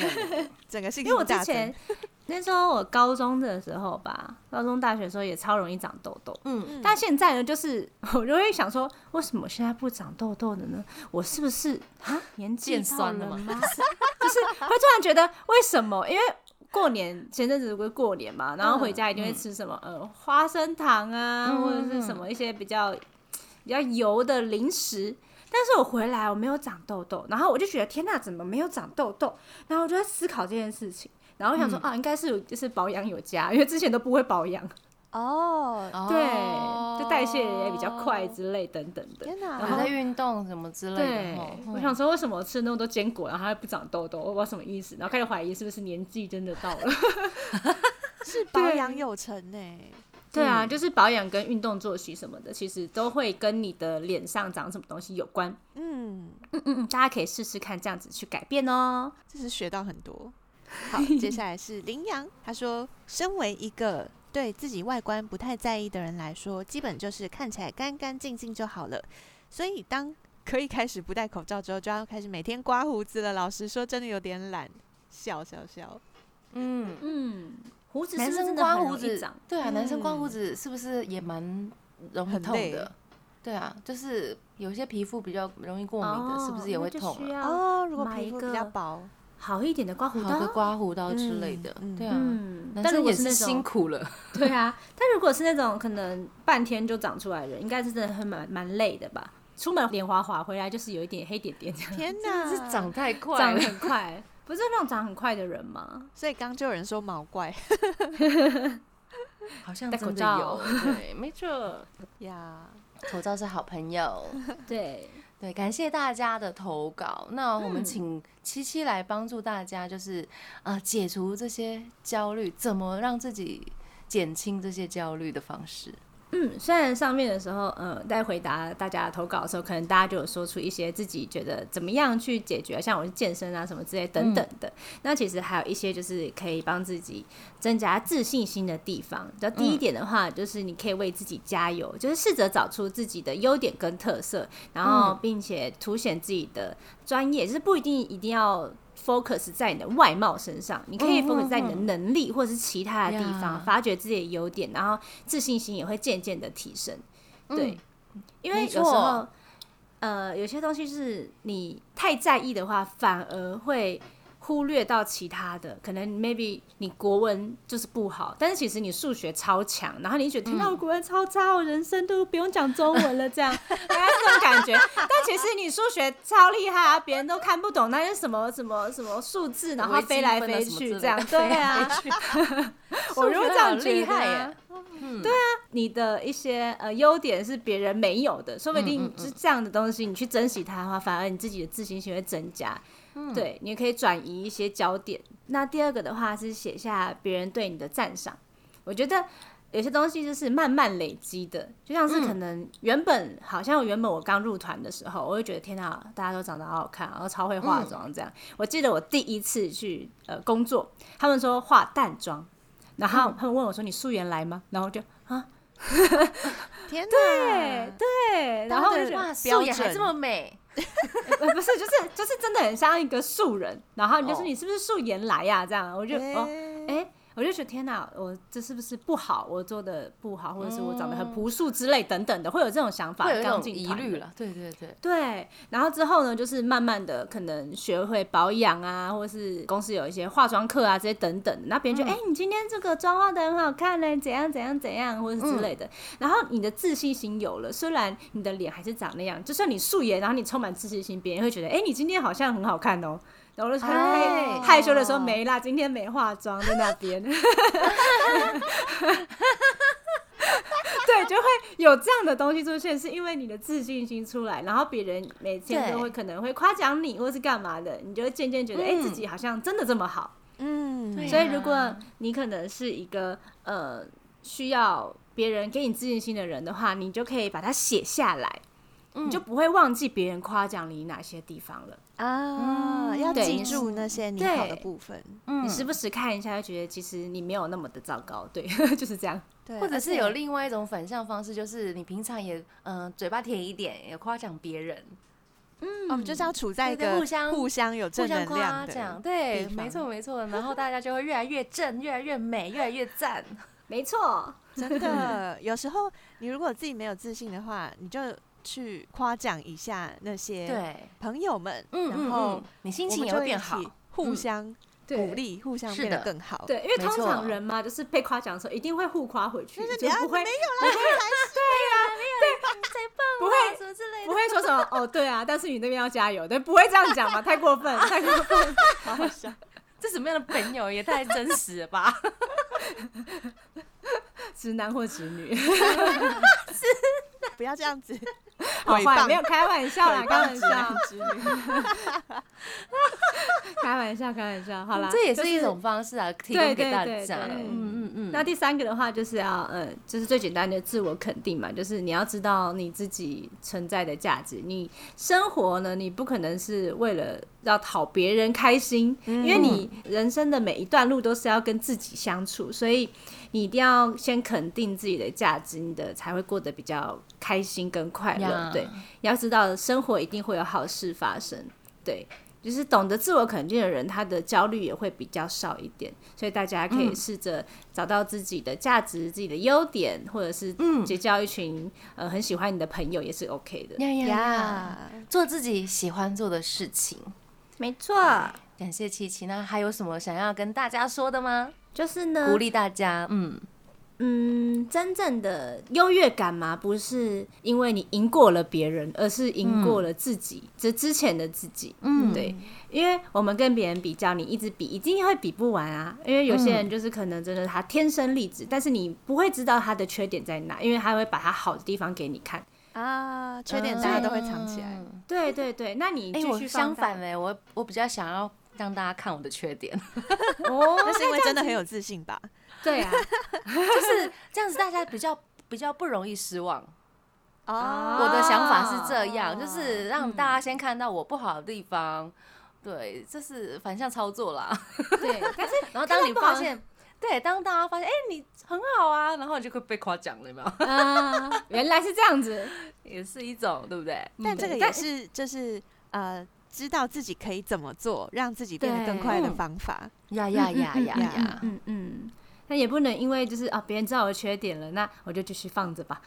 [SPEAKER 2] 整个信
[SPEAKER 4] 因为我
[SPEAKER 2] 心
[SPEAKER 4] 之
[SPEAKER 2] 大
[SPEAKER 4] 前
[SPEAKER 2] 增。
[SPEAKER 4] 那时候我高中的时候吧，高中大学的时候也超容易长痘痘。
[SPEAKER 1] 嗯，
[SPEAKER 4] 但现在呢，就是 我就会想说，为什么我现在不长痘痘的呢？我是不是啊年纪
[SPEAKER 1] 变
[SPEAKER 4] 到
[SPEAKER 1] 酸了
[SPEAKER 4] 了
[SPEAKER 1] 吗
[SPEAKER 4] 吗？就是会突然觉得为什么？因为过年前阵子不是过年嘛，然后回家一定会吃什么、呃花生糖啊，
[SPEAKER 1] 嗯
[SPEAKER 4] 或者是什么一些比较比较油的零食。但是我回来我没有长痘痘，然后我就觉得天呐，怎么没有长痘痘？然后我就在思考这件事情，然后我
[SPEAKER 1] 嗯
[SPEAKER 4] 想说、啊，应该是有就是保养有加，因为之前都不会保养。
[SPEAKER 2] 哦，
[SPEAKER 1] 哦
[SPEAKER 4] 对，就代谢也比较快之类等等的。
[SPEAKER 2] 天哪
[SPEAKER 4] 然
[SPEAKER 1] 有
[SPEAKER 4] 后
[SPEAKER 1] 在运动什么之类
[SPEAKER 4] 对
[SPEAKER 1] 的哦，。
[SPEAKER 4] 我想说为什么吃那么多坚果，然后还不长痘痘，我不知道什么意思，然后开始怀疑是不是年纪真的到了。
[SPEAKER 2] 是保养有成呢。
[SPEAKER 4] 对啊，就是保养跟运动作息什么的，其实都会跟你的脸上长什么东西有关。
[SPEAKER 2] 嗯，
[SPEAKER 4] 嗯嗯嗯，大家可以试试看这样子去改变哦。
[SPEAKER 2] 这是学到很 多。好，接下来是羚羊，他说，身为一个对自己外观不太在意的人来说，基本就是看起来干干净净就好了。所以当可以开始不戴口罩之后，就要开始每天刮胡子了。老实说，真的有点懒，笑笑笑。
[SPEAKER 1] 嗯，
[SPEAKER 4] 嗯，胡子是
[SPEAKER 1] 男
[SPEAKER 4] 不是
[SPEAKER 1] 生
[SPEAKER 4] 真的
[SPEAKER 1] 刮
[SPEAKER 4] 很
[SPEAKER 1] 胡
[SPEAKER 4] 容易
[SPEAKER 1] 子
[SPEAKER 4] 长？，
[SPEAKER 1] 对啊，男生刮
[SPEAKER 2] 嗯
[SPEAKER 1] 胡子是不是也蛮容易
[SPEAKER 2] 很
[SPEAKER 1] 痛
[SPEAKER 2] 累
[SPEAKER 1] 的？对啊，就是有些皮肤比较容易过
[SPEAKER 4] 哦
[SPEAKER 1] 敏的，是不是也
[SPEAKER 4] 那
[SPEAKER 1] 会
[SPEAKER 4] 就
[SPEAKER 1] 痛
[SPEAKER 4] 需
[SPEAKER 1] 啊？
[SPEAKER 4] 要
[SPEAKER 2] 哦，如果
[SPEAKER 4] 买
[SPEAKER 2] 皮
[SPEAKER 4] 一
[SPEAKER 2] 肤比较
[SPEAKER 4] 个
[SPEAKER 2] 薄，
[SPEAKER 4] 好一点的刮胡
[SPEAKER 1] 好个
[SPEAKER 4] 刀。哦
[SPEAKER 1] 刮胡刀之类
[SPEAKER 2] 嗯
[SPEAKER 1] 的，
[SPEAKER 2] 嗯
[SPEAKER 1] 对啊，
[SPEAKER 4] 嗯，
[SPEAKER 1] 男
[SPEAKER 4] 但如
[SPEAKER 1] 生
[SPEAKER 4] 果
[SPEAKER 1] 也
[SPEAKER 4] 是
[SPEAKER 1] 是
[SPEAKER 4] 那种
[SPEAKER 1] 辛苦了。
[SPEAKER 4] 对啊，但如果是那种可能半天就长出来的人，应该是真的很蛮蛮累的吧？出门脸滑滑，回来就是有一点黑点点这样，
[SPEAKER 2] 天哪，
[SPEAKER 1] 是长太快
[SPEAKER 4] 长得
[SPEAKER 1] 了，
[SPEAKER 4] 很快，不是那种长很快的人吗？
[SPEAKER 2] 所以刚就有人说毛怪
[SPEAKER 1] 好像
[SPEAKER 4] 戴口
[SPEAKER 1] 真的
[SPEAKER 4] 罩
[SPEAKER 1] 有，对，没错，
[SPEAKER 2] 呀。
[SPEAKER 1] 口罩是好朋友。
[SPEAKER 4] 对，
[SPEAKER 1] 对，感谢大家的投稿。那我们
[SPEAKER 4] 嗯
[SPEAKER 1] 请七七来帮助大家，就是啊、呃解除这些焦虑，怎么让自己减轻这些焦虑的方式。
[SPEAKER 4] 嗯，虽然上面的时候，呃，在回答大家的投稿的时候，可能大家就有说出一些自己觉得怎么样去解决，像我是健身啊什么之类
[SPEAKER 1] 嗯
[SPEAKER 4] 等等的。那其实还有一些就是可以帮自己增加自信心的地方。那
[SPEAKER 1] 嗯
[SPEAKER 4] 第一点的话，就是你可以为自己加油，就是试着找出自己的优点跟特色，然后
[SPEAKER 1] 嗯
[SPEAKER 4] 并且凸显自己的专业，就是不一定一定要。focus 在你的外貌身上，你可以
[SPEAKER 1] 嗯
[SPEAKER 4] focus 在你的
[SPEAKER 1] 嗯
[SPEAKER 4] 能力或者是其他的地方
[SPEAKER 1] 呀，
[SPEAKER 4] 发掘自己的优点，然后自信心也会渐渐的提升。对，因
[SPEAKER 1] 嗯
[SPEAKER 4] 为
[SPEAKER 1] 没
[SPEAKER 4] 有时
[SPEAKER 1] 错
[SPEAKER 4] 候，呃，有些东西是你太在意的话，反而会忽略到其他的。可能 maybe 你国文就是不好，但是其实你数学超强，然后你觉得天到
[SPEAKER 1] 嗯
[SPEAKER 4] 国文超差，我人生都不用讲中文了，这 样大家这种感觉。但其实你数学超厉害啊，别人都看不懂那些什么什么什么数字，然后
[SPEAKER 1] 微积
[SPEAKER 4] 飞来
[SPEAKER 1] 分啊
[SPEAKER 4] 飞
[SPEAKER 1] 什么
[SPEAKER 4] 去
[SPEAKER 1] 之
[SPEAKER 4] 这样
[SPEAKER 1] 类，的
[SPEAKER 4] 对啊，我就会这样觉
[SPEAKER 1] 数
[SPEAKER 4] 得啊
[SPEAKER 1] 学好厉害耶
[SPEAKER 4] 对啊，你的一些呃优点是别人没有的，说不定是这样的东西，你去珍惜它的话，反而你自己的自信心会增加。对，你也可以转移一些焦点。那第二个的话是写下别人对你的赞赏，我觉得。有些东西就是慢慢累积的，就像是可能原本、好像原本我刚入团的时候，我就觉得天哪，大家都长得好好看，然后超会化妆这样。我记得我第一次去呃工作，他们说化淡妆，然后他们问我说你素颜来吗？然后我就啊
[SPEAKER 2] 天哪！
[SPEAKER 4] 对，然后我就觉得
[SPEAKER 1] 哇，
[SPEAKER 2] 标
[SPEAKER 1] 素颜还
[SPEAKER 2] 准
[SPEAKER 1] 这么美，
[SPEAKER 4] 呃不是就是就是真的很像一个素人，然后你就说
[SPEAKER 1] 哦
[SPEAKER 4] 你是不是素颜来呀、这样，我就哦
[SPEAKER 2] 哎
[SPEAKER 4] 哎、我就觉得天哪，我这是不是不好？我做的不好，或者是我长得很朴素之类等等的，会有这种想法，
[SPEAKER 1] 哦会有一
[SPEAKER 4] 刚
[SPEAKER 1] 种
[SPEAKER 4] 进
[SPEAKER 1] 疑
[SPEAKER 4] 团
[SPEAKER 1] 虑
[SPEAKER 4] 的。
[SPEAKER 1] 了。对对对，
[SPEAKER 4] 对，然后之后呢，就是慢慢的可能学会保养啊，或是公司有一些化妆课啊这些等等的，那别人就哎、你今天这个妆化的很好看嘞，怎样怎样怎样，或者之类的。然后你的自信心有了，虽然你的脸还是长那样，就算你素颜，然后你充满自信心，别人会觉得哎、你今天好像很好看哦。然后我就害、
[SPEAKER 1] 哎
[SPEAKER 4] 害羞的说没啦，今天没化妆在那边。 对，就会有这样的东西出现，是因为你的自信心出来，然后别人每天都会可能会夸奖你，或是干嘛的，你就会渐渐觉得，哎、
[SPEAKER 1] 嗯
[SPEAKER 4] 自己好像真的这么好。
[SPEAKER 2] 嗯，
[SPEAKER 1] 对
[SPEAKER 4] 所以如果
[SPEAKER 1] 啊
[SPEAKER 4] 你可能是一个呃需要别人给你自信心的人的话，你就可以把它写下来，你就不会忘记别人夸奖你哪些地方了。
[SPEAKER 2] 啊，要
[SPEAKER 4] 对
[SPEAKER 2] 记
[SPEAKER 4] 你
[SPEAKER 2] 住那些你好的
[SPEAKER 4] 对
[SPEAKER 2] 部分，
[SPEAKER 1] 嗯
[SPEAKER 4] 你时不时看一下，就觉得其实你没有那么的糟糕。对， 就是这样。
[SPEAKER 2] 对，
[SPEAKER 1] 或者
[SPEAKER 2] 而
[SPEAKER 1] 是
[SPEAKER 2] 且
[SPEAKER 1] 有另外一种反向方式，就是你平常也嗯、呃嘴巴甜一点，也夸奖别人，
[SPEAKER 2] 我们就是要处在一
[SPEAKER 1] 对对
[SPEAKER 2] 个
[SPEAKER 1] 互相
[SPEAKER 2] 嗯互相有
[SPEAKER 1] 互
[SPEAKER 2] 正
[SPEAKER 1] 相
[SPEAKER 2] 能量
[SPEAKER 1] 夸奖，
[SPEAKER 2] 的，
[SPEAKER 1] 对，
[SPEAKER 2] 地
[SPEAKER 1] 没
[SPEAKER 2] 方
[SPEAKER 1] 错没错，然后大家就会越来越正，越来越美，越来越赞。
[SPEAKER 4] 没错，
[SPEAKER 2] 真的。有时候你如果自己没有自信的话，你就去夸奖一下那些
[SPEAKER 1] 对，
[SPEAKER 2] 朋友们，
[SPEAKER 1] 嗯
[SPEAKER 2] 然
[SPEAKER 1] 嗯
[SPEAKER 2] 后
[SPEAKER 1] 嗯，你心
[SPEAKER 2] 我
[SPEAKER 1] 情
[SPEAKER 2] 们
[SPEAKER 1] 也
[SPEAKER 2] 就
[SPEAKER 1] 会
[SPEAKER 2] 一
[SPEAKER 1] 变好
[SPEAKER 2] 起。互相鼓
[SPEAKER 4] 对。
[SPEAKER 2] 励，互相
[SPEAKER 1] 是
[SPEAKER 2] 变得
[SPEAKER 1] 的
[SPEAKER 2] 更好。
[SPEAKER 4] 对，因为
[SPEAKER 1] 没
[SPEAKER 4] 通常
[SPEAKER 1] 错
[SPEAKER 4] 人嘛，就是被夸奖的时候，一定会互夸回去，
[SPEAKER 2] 就是
[SPEAKER 4] 就
[SPEAKER 2] 你啊
[SPEAKER 4] 不会
[SPEAKER 2] 你
[SPEAKER 4] 不会
[SPEAKER 1] 什么之类
[SPEAKER 4] 不会说什么哦，对啊，但是你那边要加油，对，不会这样讲嘛，太过分，太过分。
[SPEAKER 2] 好好笑。
[SPEAKER 1] 这什么样的朋友也太真实了 吧？
[SPEAKER 4] 直男或直女，
[SPEAKER 2] 不要这样子
[SPEAKER 4] 好
[SPEAKER 2] 诽谤
[SPEAKER 4] 坏，没有开玩笑啦，
[SPEAKER 2] 诽
[SPEAKER 4] 开
[SPEAKER 2] 谤
[SPEAKER 4] 玩
[SPEAKER 2] 直
[SPEAKER 4] 笑
[SPEAKER 2] 男，直女，
[SPEAKER 4] 开玩笑，开玩笑，好啦，
[SPEAKER 1] 这也
[SPEAKER 4] 就是
[SPEAKER 1] 一种方式啊，提
[SPEAKER 4] 对
[SPEAKER 1] 供给
[SPEAKER 4] 对
[SPEAKER 1] 大
[SPEAKER 4] 对
[SPEAKER 1] 家。
[SPEAKER 4] 对
[SPEAKER 1] 嗯嗯嗯。
[SPEAKER 4] 那第三个的话，就是要呃，就是最简单的自我肯定嘛，就是你要知道你自己存在的价值。你生活呢，你不可能是为了要讨别人开心，
[SPEAKER 1] 嗯
[SPEAKER 4] 因为你人生的每一段路都是要跟自己相处，所以你一定要先肯定自己的价值，你的才会过得比较开心跟快乐
[SPEAKER 1] 呀。
[SPEAKER 4] 对，你要知道生活一定会有好事发生。对，就是懂得自我肯定的人，他的焦虑也会比较少一点，所以大家可以试着找到自己的价值、自己的优点，或者是结交一群、呃很喜欢你的朋友也是 OK 的。
[SPEAKER 1] 呀呀呀！
[SPEAKER 2] 呀，
[SPEAKER 1] 做自己喜欢做的事情。
[SPEAKER 4] 没错，
[SPEAKER 1] 感谢琪琪，那还有什么想要跟大家说的吗？
[SPEAKER 4] 就是呢，
[SPEAKER 1] 鼓励大家，嗯，
[SPEAKER 4] 嗯，真正的优越感嘛，不是因为你赢过了别人，而是赢过了自己，这、之前的自己。嗯，对，因为我们跟别人比较，你一直比，一定会比不完啊。因为有些人就是可能真的他天生丽质，但是你不会知道他的缺点在哪，因为他会把他好的地方给你看。
[SPEAKER 2] 啊，缺点大家都会藏起来。
[SPEAKER 4] 对对对，那你
[SPEAKER 1] 哎、
[SPEAKER 4] 继
[SPEAKER 1] 我
[SPEAKER 4] 续
[SPEAKER 1] 相
[SPEAKER 4] 放大、
[SPEAKER 1] 反哎、我我比较想要让大家看我的缺点，
[SPEAKER 4] 哦，
[SPEAKER 2] 那是因为真的很有自信吧？
[SPEAKER 4] 对啊，
[SPEAKER 1] 就是这样子，大家比较比较不容易失望。
[SPEAKER 2] 哦，
[SPEAKER 1] 我的想法是这样，就是让大家先看到我不好的地方，对，这是反向操作啦。
[SPEAKER 4] 对，啊但是
[SPEAKER 1] 然后当你
[SPEAKER 4] 看到不好
[SPEAKER 1] 发现，对，当大家发现，哎、你很好啊，然后你就会被夸奖了，有没有？
[SPEAKER 4] 啊、原来是这样子，
[SPEAKER 1] 也是一种，对不嗯对？
[SPEAKER 2] 但这个
[SPEAKER 4] 对
[SPEAKER 2] 也是就是呃，知道自己可以怎么做，让自己变得更快的
[SPEAKER 1] 对
[SPEAKER 2] 方法。
[SPEAKER 1] 呀呀呀呀
[SPEAKER 2] 嗯
[SPEAKER 1] 呀！
[SPEAKER 4] 嗯嗯，那也不能因为就是啊，别人知道我的缺点了，那我就继续放着吧，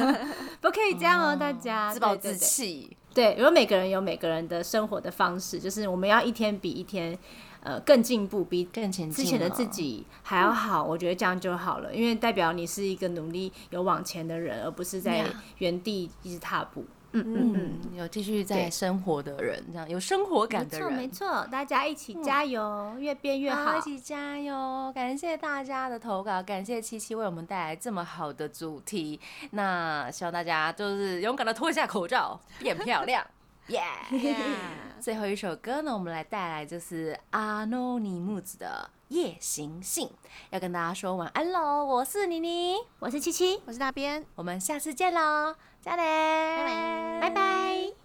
[SPEAKER 4] 不可以这样哦，大家
[SPEAKER 1] 自暴
[SPEAKER 4] 对对
[SPEAKER 1] 自
[SPEAKER 4] 对
[SPEAKER 1] 弃，
[SPEAKER 4] 对，因为每个人有每个人的生活的方式，就是我们要一天比一天，呃，更进步，比
[SPEAKER 1] 更前
[SPEAKER 4] 之
[SPEAKER 1] 进
[SPEAKER 4] 前的
[SPEAKER 1] 了
[SPEAKER 4] 自己还要好，我觉得这样就好了，因为代表你是一个努力有往前的人，而不是在
[SPEAKER 1] Yeah
[SPEAKER 4] 原地一直踏步。嗯嗯嗯，
[SPEAKER 1] 嗯，有继续在
[SPEAKER 4] 对
[SPEAKER 1] 生活的人，这样有生活
[SPEAKER 4] 没
[SPEAKER 1] 感的
[SPEAKER 4] 错没
[SPEAKER 1] 人，
[SPEAKER 4] 错，大家一起加油，越变越
[SPEAKER 1] 好
[SPEAKER 4] 好
[SPEAKER 1] 一。起加油！感谢大家的投稿，感谢七七为我们带来这么好的主题。那希望大家就是勇敢的脱下口罩，变漂亮， 耶、
[SPEAKER 2] Yeah
[SPEAKER 1] 最后一首歌呢，我们来带来就是阿诺尼木子的《夜行性》，要跟大家说晚安喽！我是妮妮，
[SPEAKER 4] 我是七七，
[SPEAKER 2] 我是那边。
[SPEAKER 1] 我们下次见喽，加嘞，拜拜，拜拜。